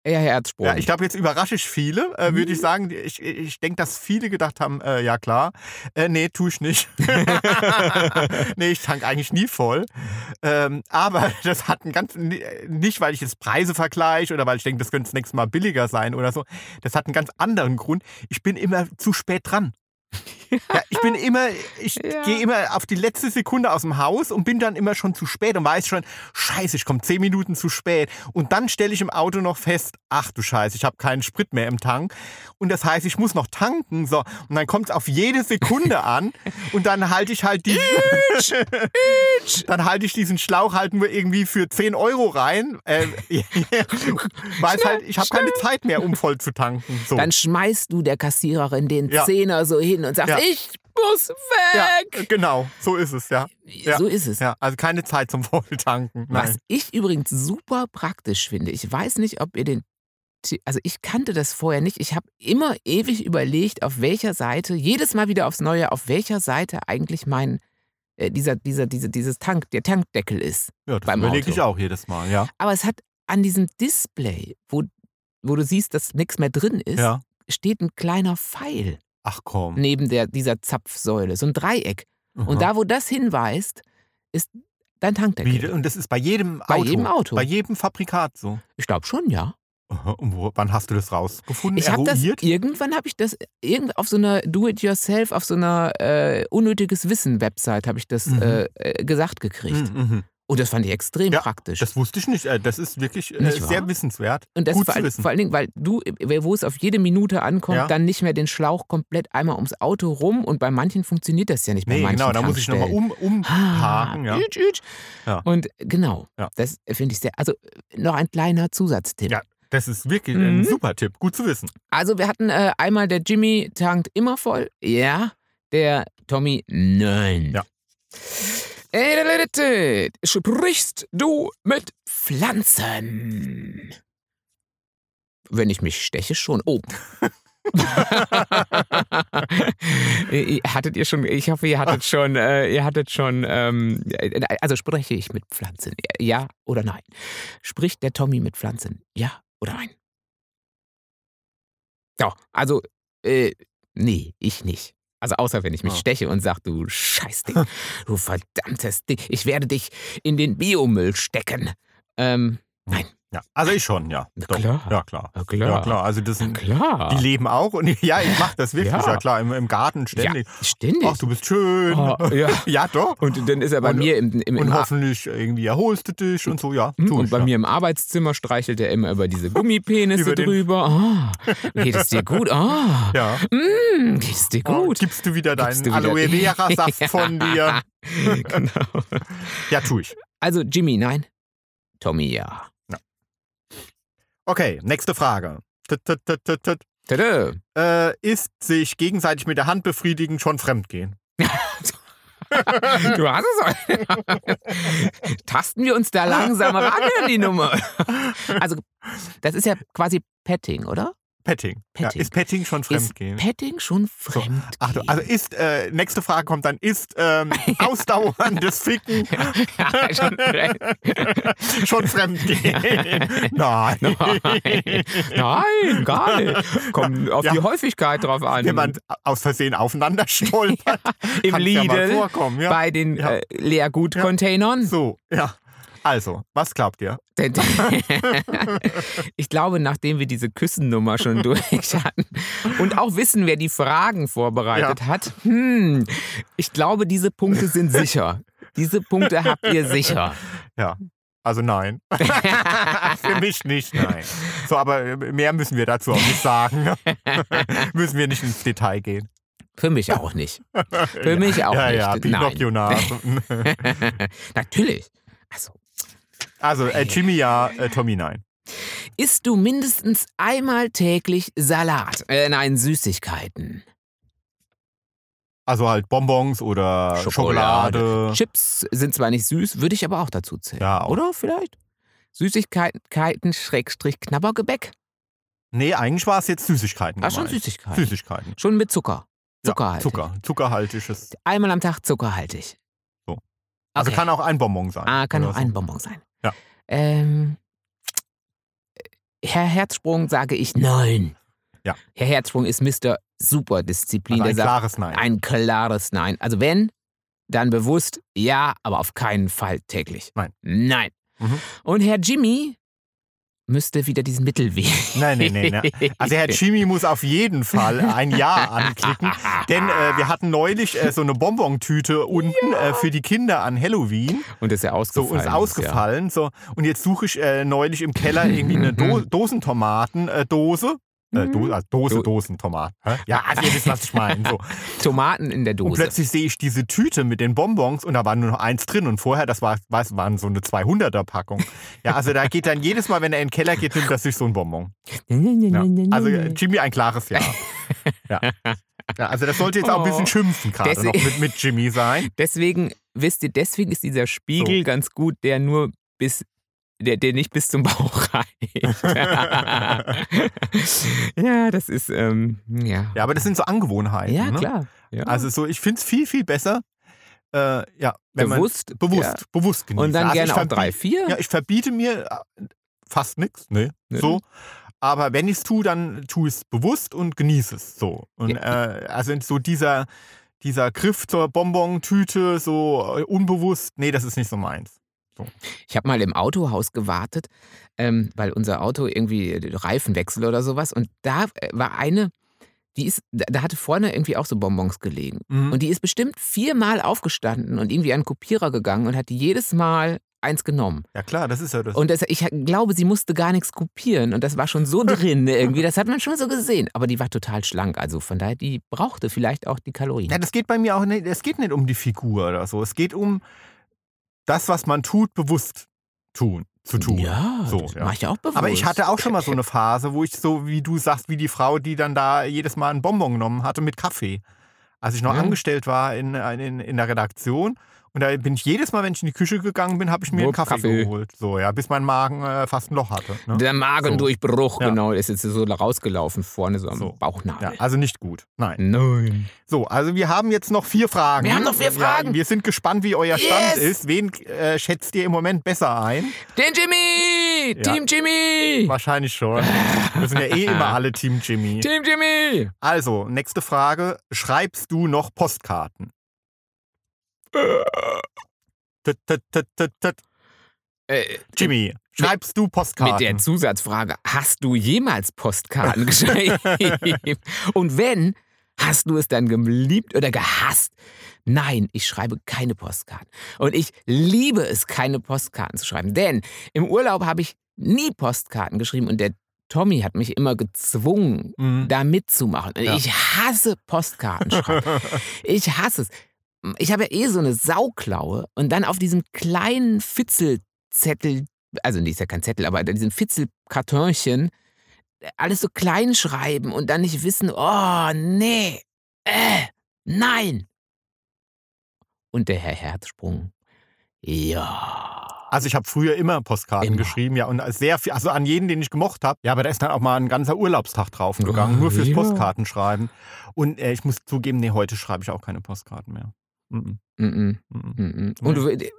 Ja, Herzsprung.
Ja, ich glaube, jetzt überrasche ich viele, äh, würde ich sagen. Ich, ich denke, dass viele gedacht haben, äh, ja klar, äh, nee, tu ich nicht. nee, ich tank eigentlich nie voll. Ähm, aber das hat einen ganz, nicht weil ich jetzt Preise vergleiche oder weil ich denke, das könnte das nächste Mal billiger sein oder so. Das hat einen ganz anderen Grund. Ich bin immer zu spät dran. Ja, ich bin immer, ich
Ja.
gehe immer auf die letzte Sekunde aus dem Haus und bin dann immer schon zu spät und weiß schon, scheiße, ich komme zehn Minuten zu spät. Und dann stelle ich im Auto noch fest, ach du Scheiße, ich habe keinen Sprit mehr im Tank. Und das heißt, ich muss noch tanken. So. Und dann kommt es auf jede Sekunde an und dann halte ich halt die. dann halte ich diesen Schlauch halt nur irgendwie für 10 Euro rein. Äh, weil es halt, ich habe keine Zeit mehr, um voll zu tanken. So.
Dann schmeißt du der Kassiererin den
Ja.
Zehner so hin und sagst,
Ja.
ich muss
ja,
weg.
genau, so ist es, ja. ja.
So ist es.
Ja, also keine Zeit zum Volltanken.
Was
Nein.
ich übrigens super praktisch finde, ich weiß nicht, ob ihr den. Ti- Also ich kannte das vorher nicht. Ich habe immer ewig überlegt, auf welcher Seite, jedes Mal wieder aufs Neue, auf welcher Seite eigentlich mein äh, dieser, dieser, diese, dieses Tank, der Tankdeckel ist.
Ja, das
beim
überlege
Auto.
ich auch jedes Mal, ja.
Aber es hat an diesem Display, wo, wo du siehst, dass nichts mehr drin ist,
ja.
steht ein kleiner Pfeil
Ach komm.
neben der, dieser Zapfsäule, so ein Dreieck.
Aha.
Und da, wo das hinweist, ist dein Tankdeckel.
Wie, und das ist bei jedem Auto.
Bei jedem Auto.
Bei jedem Fabrikat so.
Ich glaube schon, ja.
Aha, Und wo, wann hast du das rausgefunden?
Ich habe das
Hm, Eruiert?
irgendwann habe ich das irgend auf so einer Do-it-yourself, auf so einer äh, unnötiges Wissen Website habe ich das
Mhm.
äh, äh, gesagt gekriegt.
Mhm, mhm.
Und das fand ich extrem
Ja,
praktisch.
Das wusste ich nicht. Äh, Das ist wirklich äh,
Nicht wahr?
sehr wissenswert.
und das
gut
vor,
zu
all-
wissen.
vor allen Dingen, weil du, äh, wo es auf jede Minute ankommt,
Ja.
dann nicht mehr den Schlauch komplett einmal ums Auto rum und bei manchen funktioniert das ja nicht. Bei
Nee,
manchen
genau, da muss ich nochmal
Tankstellen.
um, umparken.
Ah,
Ja.
Ütsch, ütsch.
Ja.
Und genau,
Ja.
das finde ich sehr. Also äh, noch ein kleiner Zusatztipp.
Ja. Das ist wirklich ein
Mhm.
super Tipp. Gut zu wissen.
Also wir hatten äh, einmal der Jimmy tankt immer voll. Ja, der Tommy nein.
Ja.
Äh, Sprichst du mit Pflanzen? Wenn ich mich steche, schon. Oh. Ihr- Äh, hattet ihr schon, ich hoffe, ihr hattet schon, äh, ihr hattet schon, ähm, äh, also spreche ich mit Pflanzen? Ja oder nein? Spricht der Tommy mit Pflanzen? Ja oder nein? Ja, also, äh, nee, ich nicht. Also außer wenn ich mich
Ah.
steche und sage, du Scheißding, du verdammtes Ding, ich werde dich in den Biomüll stecken. Ähm, nein,
Ja. Also ich schon, ja.
Na
Doch.
klar.
Ja, klar.
na klar.
Ja, klar. Also das
Na
sind,
klar.
die leben auch. Und ja, ich mache das wirklich. Ja,
Ah. Ja.
klar. Im, im Garten ständig.
Ja, ständig.
Ach, du bist schön.
Oh, ja.
Ja, doch.
Und dann ist er bei
Und-
mir im, im, im
Und hoffentlich irgendwie erholst du dich und so, ja.
Hm,
tu
Und
ich,
bei
ja.
mir im Arbeitszimmer streichelt er immer über diese Gummipenisse
Über den-
drüber. Ah, geht es dir gut? Ah,
Ja.
mm, geht es dir
Oh,
gut?
Gibst du wieder
Gibst
deinen
du wieder-
Aloe Vera Saft von dir?
genau.
Ja, tu ich.
Also Jimmy, nein. Tommy, ja.
Okay, nächste Frage. Tut, tut, tut, tut, tut.
Tada.
Äh, ist sich gegenseitig mit der Hand befriedigen schon fremdgehen.
Du hast es. auch. Tasten wir uns da langsam ran an die Nummer. Also, das ist ja quasi Petting, oder?
Petting.
Petting.
Ja, ist Petting schon fremdgehen?
Ist Petting schon fremd?
Ach du, also ist, äh, nächste Frage kommt dann, ist ähm, ausdauerndes Ficken
ja, schon fremd.
schon fremdgehen? Nein.
Nein, nein, gar nicht. Kommt auf
Ja.
die Häufigkeit drauf an.
Jemand aus Versehen aufeinander stolpert.
Im
kann's ja
Lidl,
mal vorkommen, ja.
bei den
Ja.
äh, Leergutcontainern.
So, ja. Also, was glaubt ihr?
Denn- ich glaube, nachdem wir diese Küssennummer schon durch hatten und auch wissen, wer die Fragen vorbereitet hat, hm, ich glaube, diese Punkte sind sicher. Diese Punkte habt ihr sicher.
Ja. Also nein. Für mich nicht, nein. So, aber äh, mehr müssen wir dazu auch nicht sagen. müssen wir nicht ins Detail gehen.
Für mich auch nicht. Für mich auch
ja,
nicht.
Ja, Pinocchio Nein.
Nein. Natürlich. Also,
Also, äh, Jimmy ja, äh, Tommy nein.
isst du mindestens einmal täglich Salat? Äh, nein, Süßigkeiten.
Also halt Bonbons oder Schokolade.
Chips sind zwar nicht süß, würde ich aber auch dazu zählen.
Ja, auch.
Oder vielleicht? Süßigkeiten, Schrägstrich, Knabbergebäck.
Nee, eigentlich war es jetzt Süßigkeiten.
Ah, schon
gemeint.
Süßigkeiten.
Süßigkeiten.
Schon mit Zucker.
Ja,
Zuckerhaltig.
Zucker. Zuckerhaltiges.
Einmal am Tag zuckerhaltig.
So. Also
okay.
kann auch ein Bonbon sein.
ah, kann
oder
auch
so.
ein Bonbon sein.
Ja.
Ähm, Herr Herzsprung sage ich nein.
Ja.
Herr Herzsprung ist Mr. Superdisziplin.
Also
der
ein
sagt
klares Nein.
ein klares Nein. Also wenn, dann bewusst ja, aber auf keinen Fall täglich.
Nein.
Nein.
Mhm.
Und Herr Jimmy müsste wieder diesen Mittelweg.
Nein, nein, nein. nein. Also Herr Chimi muss auf jeden Fall ein Ja anklicken, denn äh, wir hatten neulich äh, so eine Bonbontüte unten äh, für die Kinder an Halloween.
Und ist ja
So,
ausgefallen.
uns
ja.
ausgefallen. So, und jetzt suche ich äh, neulich im Keller irgendwie eine Do Dosentomaten-Dose. Äh, Dose. Äh, Do also Dose,
Mhm. Do-
Dosentomaten. Hä? Ja, also ihr wisst, was ich meine. So.
Tomaten in der
Und
Dose.
plötzlich sehe ich diese Tüte mit den Bonbons und da war nur noch eins drin und vorher, das war, was, waren so eine 200er-Packung. Ja, also da geht dann jedes Mal, wenn er in den Keller geht, nimmt er sich so ein Bonbon. Ja. Also äh, Jimmy ein klares Ja. ja. ja also das sollte jetzt auch ein
Oh.
bisschen schimpfen gerade noch
Deswegen-
mit, mit Jimmy sein.
Deswegen, wisst ihr, deswegen ist dieser Spiegel ganz gut, der nur bis, der, der nicht bis zum Bauch reicht. ja, das ist, ähm, ja.
Ja, aber das sind so Angewohnheiten.
Ja,
ne?
klar. Ja.
Also so, ich finde es viel, viel besser. Äh, ja, wenn
bewusst.
man bewusst,
Ja.
bewusst genießen.
Und dann
also
gerne
ich
auch
verbi-
drei, vier.
Ja, ich verbiete mir äh, fast nichts, ne?
Nee.
So. Aber wenn ich es tue, dann tue ich es bewusst und genieße es so. Und äh, also so dieser, dieser Griff zur Bonbon-Tüte, so äh, unbewusst, nee, das ist nicht so meins.
Ich habe mal im Autohaus gewartet, ähm, weil unser Auto irgendwie äh, Reifenwechsel oder sowas. Und da äh, war eine, die ist, da- da hatte vorne irgendwie auch so Bonbons gelegen.
Mhm.
Und die ist bestimmt viermal aufgestanden und irgendwie an den Kopierer gegangen und hat jedes Mal eins genommen.
ja klar, das ist ja das.
Und das, ich glaube, sie musste gar nichts kopieren und das war schon so drin irgendwie. Das hat man schon so gesehen. Aber die war total schlank. Also von daher, die brauchte vielleicht auch die Kalorien.
Ja, das geht bei mir auch nicht. Es geht nicht um die Figur oder so. Es geht um das, was man tut, bewusst tun, zu tun.
Ja,
So,
das
ja.
mache ich auch bewusst.
Aber ich hatte auch schon mal so eine Phase, wo ich so, wie du sagst, wie die Frau, die dann da jedes Mal einen Bonbon genommen hatte mit Kaffee. Als ich noch
Ja.
angestellt war in, in, in der Redaktion. Und da bin ich jedes Mal, wenn ich in die Küche gegangen bin, habe ich mir einen
Wupp,
Kaffee,
Kaffee.
geholt. So, ja, bis mein Magen äh, fast ein Loch hatte. Ne?
Der Magendurchbruch,
Ja.
genau, ist jetzt so rausgelaufen vorne, so am
So. Ja,
Bauchnabel.
also nicht gut. Nein.
Nein.
So, also wir haben jetzt noch vier Fragen.
Hm. Wir haben noch vier Fragen.
Ja, wir sind gespannt, wie euer Stand
Yes.
ist. Wen äh, schätzt ihr im Moment besser ein?
Den Jimmy!
Ja.
Team Jimmy!
Wahrscheinlich schon. Wir sind ja eh immer alle Team Jimmy.
Team Jimmy!
Also, nächste Frage. Schreibst du noch Postkarten? Tut, tut, tut, tut, tut.
Äh,
Jimmy, schreibst du Postkarten?
Mit der Zusatzfrage, hast du jemals Postkarten geschrieben? Und wenn, hast du es dann geliebt oder gehasst? Nein, ich schreibe keine Postkarten. Und ich liebe es, keine Postkarten zu schreiben. Denn im Urlaub habe ich nie Postkarten geschrieben und der Tommy hat mich immer gezwungen,
Mhm.
da mitzumachen. Und
Ja.
Ich hasse Postkarten schreiben. Ich hasse es. Ich habe ja eh so eine Sauklaue und dann auf diesem kleinen Fitzelzettel, also nee, ist ja kein Zettel, aber diesem Fitzelkartönchen, alles so klein schreiben und dann nicht wissen, oh nee, äh, nein. Und der Herr Herzsprung, ja.
Also ich habe früher immer Postkarten
Immer.
geschrieben, ja, und sehr viel, also an jeden, den ich gemocht habe. Ja, aber da ist dann auch mal ein ganzer Urlaubstag draufgegangen,
Oh,
nur fürs
ja.
Postkartenschreiben. Und äh, ich muss zugeben, nee, heute schreibe ich auch keine Postkarten mehr. Mhm.
Mm
Mhm.
-mm, mm -mm. Und du, äh,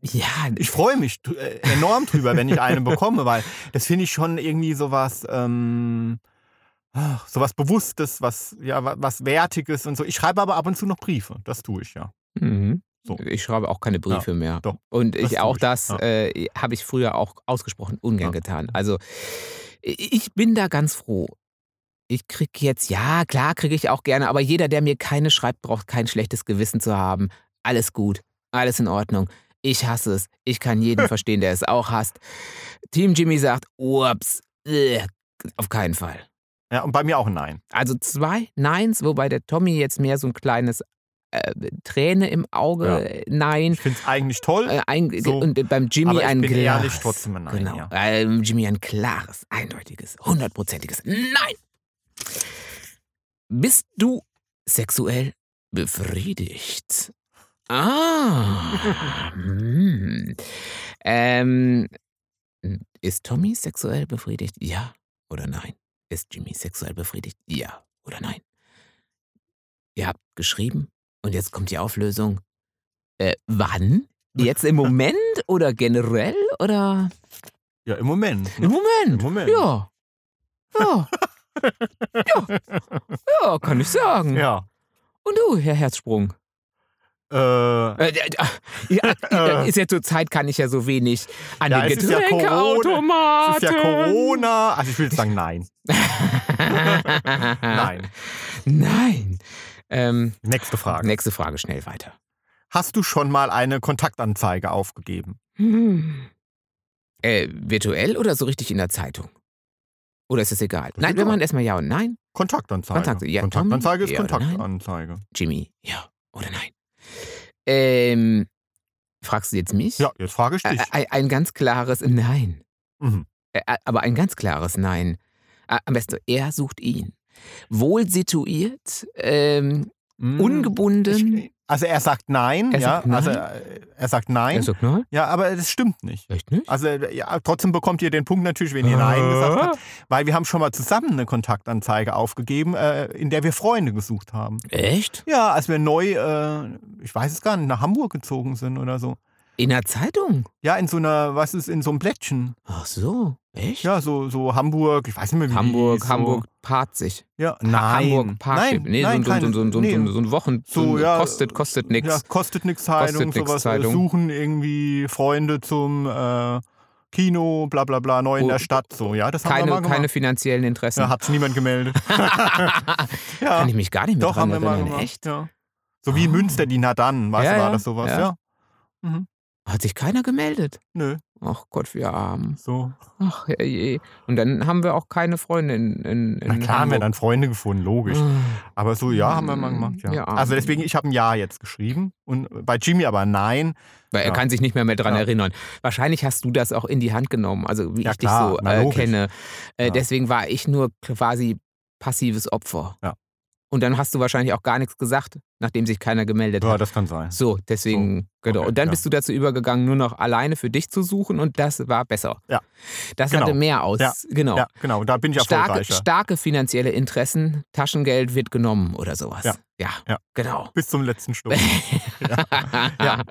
ja,
Ich freue mich dr- äh, enorm drüber, wenn ich eine bekomme, weil das finde ich schon irgendwie sowas, ähm, ach, sowas Bewusstes, was, ja, wa- was Wertiges und so. Ich schreibe aber ab und zu noch Briefe, das tue ich ja.
Mhm.
So.
Ich schreibe auch keine Briefe mehr.
doch.
Und
Das
ich
tue
auch
ich.
das
Ja.
äh, habe ich früher auch ausgesprochen ungern
Ja.
getan. Also ich ich bin da ganz froh. Ich krieg jetzt, ja, klar kriege ich auch gerne, aber jeder, der mir keine schreibt, braucht kein schlechtes Gewissen zu haben. Alles gut, alles in Ordnung. Ich hasse es. Ich kann jeden verstehen, der es auch hasst. Team Jimmy sagt, ups, äh, auf keinen Fall.
Ja, und bei mir auch ein Nein.
Also zwei Neins, wobei der Tommy jetzt mehr so ein kleines äh, Träne im Auge
Ja.
äh, Nein.
Ich finde es eigentlich toll.
Äh, ein,
So.
Und äh, beim Jimmy
Aber ich
ein
bin
klares.
ehrlich, trotzdem ein Nein,
Genau.
ja.
Ähm, Jimmy ein klares, eindeutiges, hundertprozentiges Nein. Bist du sexuell befriedigt? Ah. hm. ähm, ist Tommy sexuell befriedigt? Ja oder nein? Ist Jimmy sexuell befriedigt? Ja oder nein? Ihr habt geschrieben und jetzt kommt die Auflösung. Äh, wann? Jetzt im Moment oder generell oder
Ja, im Moment. ne?
im Moment?
Im Moment.
Ja. Ja. ja. Ja, kann ich sagen.
Ja.
Und du, Herr Herzsprung?
Äh,
Äh, d- d- ja, äh, ist ja zur Zeit kann ich ja so wenig an
Ja,
den
es ist ja es
Getränkeautomaten.
ist ja Corona. Also ich will sagen Nein.
Ah.
Nein.
Nein. Ähm,
Nächste Frage.
nächste Frage, schnell weiter.
Hast du schon mal eine Kontaktanzeige aufgegeben?
Hm. Äh, virtuell oder so richtig in der Zeitung? Oder ist es egal?
ist
Nein, wir
egal.
machen erstmal Ja und Nein.
Kontaktanzeige.
Kontakt- ja,
Kontaktanzeige
Tommy,
ist
ja oder nein?
Kontaktanzeige.
Jimmy, ja oder nein? Ähm, fragst du jetzt mich?
Ja, jetzt frage ich dich.
Ä- Ein, ein ganz klares Nein.
Mhm.
Ä- Aber ein ganz klares Nein. Ä- Am besten, er sucht ihn. Wohl situiert, ähm,
Mhm.
ungebunden.
Ich- Also er sagt nein,
Er
ja.
sagt nein? Also
Also äh, er sagt nein.
Er sagt nein?
ja, aber das stimmt nicht.
Echt nicht?
Also äh, ja, trotzdem bekommt ihr den Punkt natürlich, wenn ihr nein gesagt habt, weil wir haben schon mal zusammen eine Kontaktanzeige aufgegeben, äh, in der wir Freunde gesucht haben.
Echt?
Ja, als wir neu, äh, ich weiß es gar nicht, nach Hamburg gezogen sind oder so.
In der Zeitung?
Ja, in so einer, was ist, in so einem Blättchen.
Ach so, echt?
Ja, so, so Hamburg, ich weiß nicht mehr wie die
Hamburg,
hieß, so.
Hamburg paart sich.
Ja, nein.
Hamburg paart
nein,
sich. Nee,
nein,
so, ein- so, ein- so, ein- so, ein-
keine-
so ein Wochen.
So,
ein-
ja,
kostet, kostet nichts.
Ja, kostet nix Zeitung,
Kostet nix
sowas.
Zeitung.
Zeitung. Suchen irgendwie Freunde zum äh, Kino, bla bla bla, neu in
Oh,
der Stadt, so, ja, das haben wir
keine,
mal gemacht.
keine finanziellen Interessen.
ja, hat sich niemand gemeldet. ja,
Kann ich mich gar nicht mehr
doch,
dran
haben wir mal
erinnern.
gemacht.
Echt?
Ja. So wie in
Ah.
Münster, die Nadan, weißt
Ja,
du, war
ja,
das sowas,
ja.
ja.
Hat sich keiner gemeldet.
Nö,
Ach Gott, wir armen.
so.
Ach je. Und dann haben wir auch keine Freunde in, in, in
Na klar haben wir
Hamburg.
dann Freunde gefunden, logisch.
Ah,
Aber so, ja, haben wir mal gemacht, ja.
Ja.
Also deswegen, ich habe ein Ja jetzt geschrieben und bei Jimmy aber ein Nein.
Weil er
Ja.
kann sich nicht mehr, mehr daran
Ja.
erinnern. Wahrscheinlich hast du das auch in die Hand genommen, also wie
Ja,
ich
klar,
dich so
na,
äh,
logisch.
kenne. Äh,
Ja.
Deswegen war ich nur quasi passives Opfer.
Ja.
Und dann hast du wahrscheinlich auch gar nichts gesagt, nachdem sich keiner gemeldet
Ja,
hat.
das kann sein.
So, deswegen, genau.
okay,
und dann
ja.
bist du dazu übergegangen, nur noch alleine für dich zu suchen und das war besser.
Ja.
Das
Genau.
hatte mehr aus.
Ja.
Genau.
Ja, genau, da bin ich
starke,
erfolgreicher.
starke finanzielle Interessen, Taschengeld wird genommen oder sowas.
Ja. Ja.
genau.
Bis zum letzten Schluck. Ja.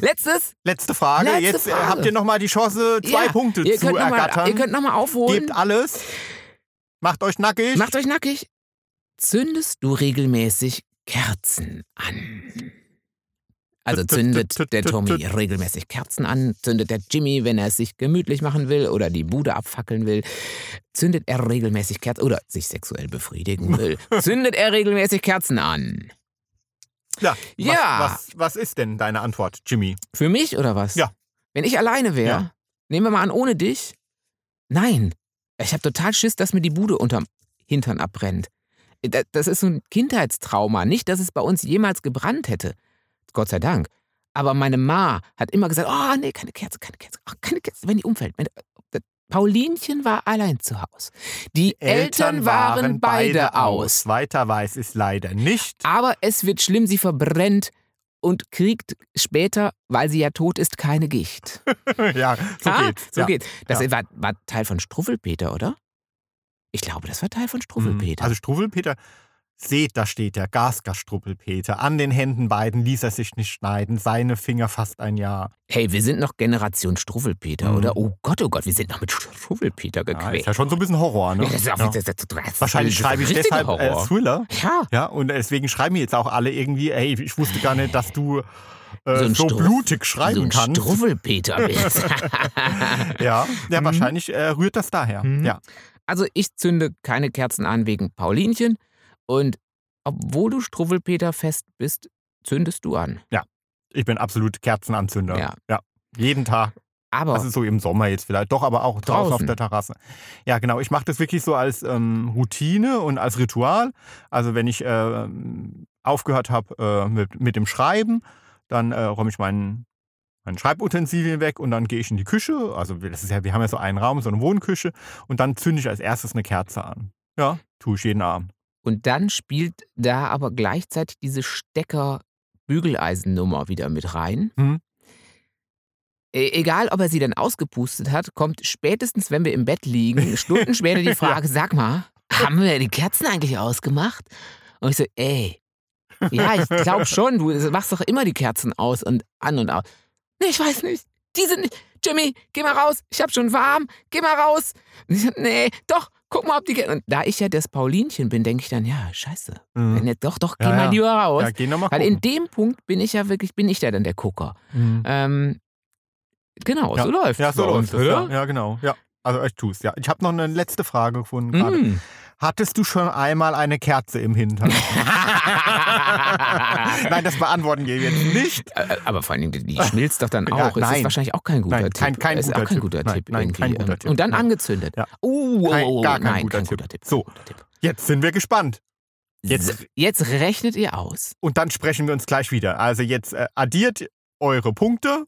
Letztes,
Letzte Frage.
Letzte
Jetzt äh,
Frage.
habt ihr nochmal die Chance, zwei
Ja,
Punkte
ihr
zu
könnt nochmal
ergattern.
noch mal aufholen.
Gebt alles. Macht euch nackig.
Macht euch nackig. Zündest du regelmäßig Kerzen an? Also
Tut, tut,
zündet
tut,
der
tut,
Tommy
tut.
regelmäßig Kerzen an, zündet der Jimmy, wenn er es sich gemütlich machen will oder die Bude abfackeln will, zündet er regelmäßig Kerzen oder sich sexuell befriedigen will, zündet er regelmäßig Kerzen an.
ja.
Ja.
Was, was, was ist denn deine Antwort, Jimmy?
Für mich oder was?
Ja.
Wenn ich alleine wäre,
Ja.
nehmen wir mal an, ohne dich. Nein. Ich habe total Schiss, dass mir die Bude unterm Hintern abbrennt. Äh, Da- Das ist so ein Kindheitstrauma. Nicht, dass es bei uns jemals gebrannt hätte. Gott sei Dank. Aber meine Ma hat immer gesagt, oh nee, keine Kerze, keine Kerze, oh, keine Kerze, wenn die umfällt. Wenn, das, Paulinchen war allein zu Hause. Die Eltern waren beide aus.
Weiter weiß ich leider nicht.
Aber es wird schlimm, sie verbrennt und kriegt später, weil sie ja tot ist, keine Gicht.
ja, so
Ah,
geht's.
So
ja.
geht's. Das
Ja.
war, war Teil von Struffelpeter, oder? Ich glaube, das war Teil von Struffelpeter.
Also Struwwelpeter, seht, da steht der Gasgas-Struwwelpeter. An den Händen beiden ließ er sich nicht schneiden, seine Finger fast ein Jahr.
hey, wir sind noch Generation Struffelpeter,
Mhm.
oder? Oh Gott, oh Gott, wir sind noch mit Struffelpeter
Ja,
gequält.
ist ja schon so ein bisschen Horror, ne?
Ja, das ist auch-
Ja.
das- das- das-
Wahrscheinlich
das ist ein
schreibe ich
richtiger
deshalb äh,
Horror.
Thriller.
ja,
Ja, und deswegen schreiben mir jetzt auch alle irgendwie, ey, ich wusste gar nicht, dass du äh,
So
so,
ein Struff-
blutig
so
schreiben
ein
kannst.
Struffelpeter bist.
Ja, ja
Mhm.
wahrscheinlich äh, rührt das daher.
Mhm.
Ja.
Also ich zünde keine Kerzen an wegen Paulinchen und obwohl du Struffelpeter fest bist, zündest du an.
Ich bin absolut Kerzenanzünder.
Ja.
Jeden Tag.
Aber
Das ist Also so im Sommer jetzt vielleicht. Doch, aber auch draußen, auf
Draußen.
der Terrasse. Ja, genau. Ich mache das wirklich so als ähm, Routine und als Ritual. Also wenn ich ähm, aufgehört habe äh, mit, mit dem Schreiben, dann äh, räume ich meinen mein Schreibutensilien weg und dann gehe ich in die Küche. Also das ist ja, wir haben ja so einen Raum, so eine Wohnküche. Und dann zünde ich als erstes eine Kerze an. Ja, tue ich jeden Abend.
und dann spielt da aber gleichzeitig diese Stecker Bügeleisennummer wieder mit rein.
Hm.
E egal, ob er sie dann ausgepustet hat, kommt spätestens, wenn wir im Bett liegen, Stunden später die Frage, sag mal, haben wir die Kerzen eigentlich ausgemacht? Und ich so, ey, ja, ich glaube schon, du machst doch immer die Kerzen aus und an und aus. Nee, ich weiß nicht. Die sind nicht. Jimmy, geh mal raus. Ich hab schon warm. Geh mal raus. Und ich so, nee, doch, guck mal, ob die Kerzen. Und da ich ja das Paulinchen bin, denke ich dann, ja, scheiße.
Mhm.
Wenn jetzt doch, doch, geh
Ja,
mal
ja.
lieber raus.
Ja, geh nochmal
Weil in dem Punkt bin ich ja wirklich, bin ich da dann der Gucker.
Mhm.
Ähm, genau,
Ja.
so läuft
Ja, so läuft das. Ja,
oder?
ja, genau. Ja. Also ich tue es, ja. Ich habe noch eine letzte Frage gefunden gerade.
Mm.
Hattest du schon einmal eine Kerze im Hintern? nein, das beantworten wir jetzt nicht.
Äh, Aber vor allen Dingen, die- die schmilzt doch dann auch.
Ja,
Es ist
nein.
wahrscheinlich auch kein guter
Nein,
Tipp.
kein- kein
Es ist
guter
auch kein
Tipp.
guter
Nein,
Tipp.
nein,
irgendwie.
kein guter
Ähm,
Tipp.
Und dann
Nein.
angezündet.
Ja.
Oh, oh,
Kein-
oh, oh,
gar kein
nein,
guter
kein
Tipp.
guter Tipp.
So.
kein guter Tipp.
Jetzt sind wir gespannt. Jetzt-
Jetzt, jetzt rechnet ihr aus.
Und dann sprechen wir uns gleich wieder. Also jetzt äh, addiert eure Punkte.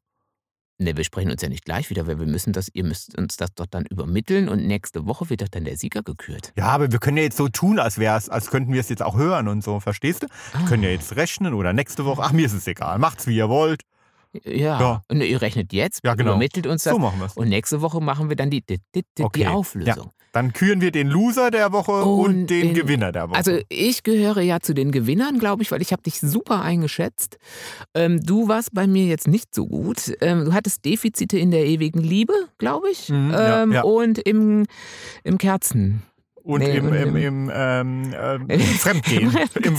Ne, wir sprechen uns ja nicht gleich wieder, weil wir müssen das, ihr müsst uns das doch dann übermitteln und nächste Woche wird doch dann der Sieger gekürt.
Ja, aber wir können ja jetzt so tun, als wär's, als könnten wir es jetzt auch hören und so, verstehst du? Wir können
Ah.
ja jetzt rechnen oder nächste Woche. Ach, mir ist es egal. Macht's, wie ihr wollt.
Ja.
Ja.
Und ihr rechnet jetzt,
Ja, genau.
übermittelt uns das
So machen wir's.
und nächste Woche machen wir dann die, die, die, die
Okay.
Auflösung.
Dann küren wir den Loser der Woche und,
Und
den
den-
Gewinner der Woche.
Also ich gehöre ja zu den Gewinnern, glaube ich, weil ich habe dich super eingeschätzt. Ähm, du warst bei mir jetzt nicht so gut. Ähm, du hattest Defizite in der ewigen Liebe, glaube ich,
Mhm, ja,
ähm,
ja.
und im, im Kerzen.
Und
Nee,
im,
und im-
im, im ähm, ähm, im Fremdgehen. Im,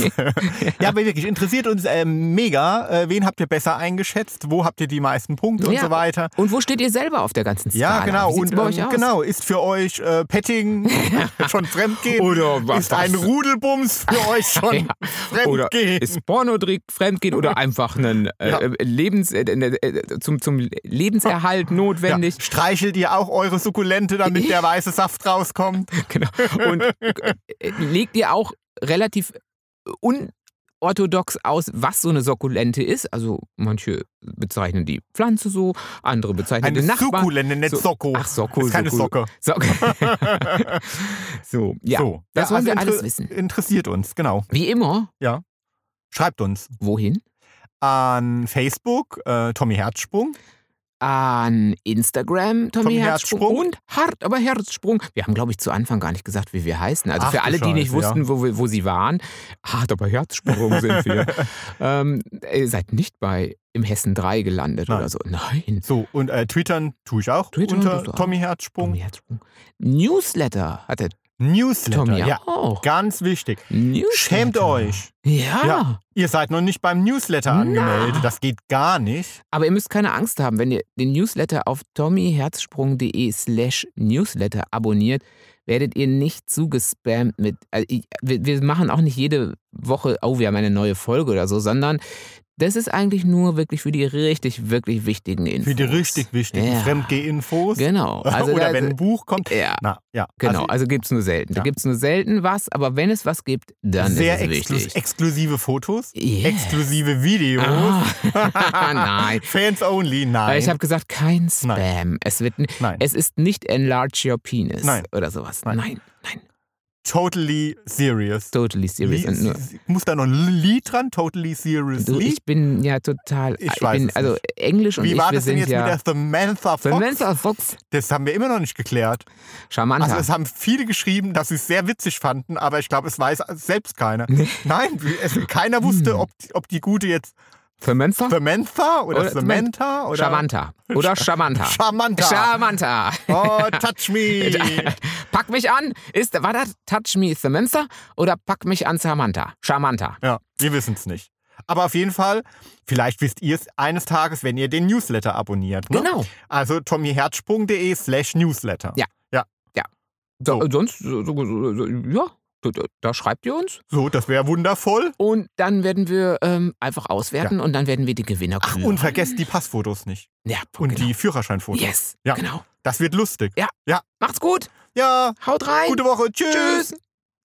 ja, aber wirklich, interessiert uns ähm, mega, äh, wen habt ihr besser eingeschätzt, wo habt ihr die meisten Punkte und
Ja.
so weiter.
Und wo steht ihr selber auf der ganzen Skala?
Ja, genau.
Wie sieht's
Und
bei euch
ähm,
aus?
genau, ist für euch äh, Petting schon Fremdgehen?
Oder was
Ist ein
das-
Rudelbums für euch schon
Oder
Fremdgehen?
ist Pornodrick Fremdgehen oder einfach ein äh,
Ja.
äh, Lebens, äh, äh, zum, zum Lebenserhalt
ja,
notwendig?
streichelt ihr auch eure Sukkulente, damit der weiße Saft rauskommt?
Genau. Und äh, legt ihr auch relativ unorthodox aus, was so eine Sukkulente ist? Also manche bezeichnen die Pflanze so, andere bezeichnen
Eine
den Nachbarn.
Sukkulente, nicht
So-
Socko.
Ach, Sokko.
ist keine
Sokko.
Socke.
Sok- so, ja.
so. also
das wollen wir
inter-
alles wissen.
Interessiert uns, genau.
Wie immer,
Schreibt uns.
wohin?
an Facebook, äh, Tommy Herzsprung.
An Instagram, Tommy,
Tommy
Herzsprung,
Herzsprung.
und Hart, aber Herzsprung. Wir haben, glaube ich, zu Anfang gar nicht gesagt, wie wir heißen. Also
Ach
für
du
alle, die nicht
Scheiße, ja.
wussten, wo, wir- wo sie waren, Hart, aber Herzsprung sind wir. ähm, ihr seid nicht bei im Hessen 3 gelandet
Nein.
oder so. Nein.
So, und äh, twittern tue ich auch
Twittern
unter
tust du auch.
Tommy Herzsprung.
Tommy Herzsprung. Newsletter hat der
Newsletter,
Tommy
ja,
auch.
ganz wichtig.
Newsletter.
Schämt euch.
Ja.
Ja. Ihr seid noch nicht beim Newsletter
Na.
angemeldet. Das geht gar nicht.
aber ihr müsst keine Angst haben, wenn ihr den Newsletter auf tommyherzsprung.de slash Newsletter abonniert, werdet ihr nicht zugespammt mit, also ich, wir, wir machen auch nicht jede Woche, oh, wir haben eine neue Folge oder so, sondern Das ist eigentlich nur wirklich für die richtig, wirklich wichtigen Infos.
Für die richtig wichtigen
Ja.
Fremdgeh-Infos.
Genau. Also
Oder
da-
wenn ein Buch kommt.
Ja.
Na, ja.
Genau,
Also
also gibt es nur selten. Da
Ja.
gibt es nur selten was, aber wenn es was gibt, dann
sehr
ist es
exklus-
wichtig.
exklusive Fotos,
Yes.
exklusive Videos.
Ah. Nein.
Fans only,
Weil
nein.
Ich habe gesagt, kein Spam. Es, wird, n-
Nein.
es ist nicht enlarge your penis
Nein.
oder sowas.
Nein.
nein, nein.
totally serious.
Totally serious.
Li-
Und nur,
Muss da noch ein Lied dran? Totally serious.
du, ich bin ja total.
Ich weiß
bin,
es
also
nicht.
Englisch und
Wie
ich,
war
wir
das
sind
denn jetzt
ja.
mit der Samantha Fox?
Samantha Fox.
Das haben wir immer noch nicht geklärt.
Charmanter.
Also es haben viele geschrieben, dass sie es sehr witzig fanden, aber ich glaube, es weiß selbst keiner. Nein, es, keiner wusste,
Hm.
ob, ob die gute jetzt
Samantha?
Samantha oder,
Oder
Samantha oder
Charmanter. Oder Charmanter.
Charmanta.
Charmanter.
Oh, touch me.
Pack mich an. Ist, war das Touch Me Samantha oder Pack mich an Samantha? Charmanter.
ja, wir wissen es nicht. Aber auf jeden Fall, vielleicht wisst ihr es eines Tages, wenn ihr den Newsletter abonniert. Ne?
Genau.
Also tommyherzsprung.de slash Newsletter.
Ja.
So.
So, sonst, so, so, so, so, ja, da, da schreibt ihr uns.
So, das wäre wundervoll.
Und dann werden wir ähm, einfach auswerten und dann werden wir die Gewinner
Ach,
küren.
und vergesst die Passfotos nicht.
ja,
Und
genau.
die Führerscheinfotos.
Yes,
Ja.
genau.
Das wird lustig.
Ja.
Ja.
Macht's gut.
Ja,
Haut rein.
gute Woche. Tschüss.
Tschüss.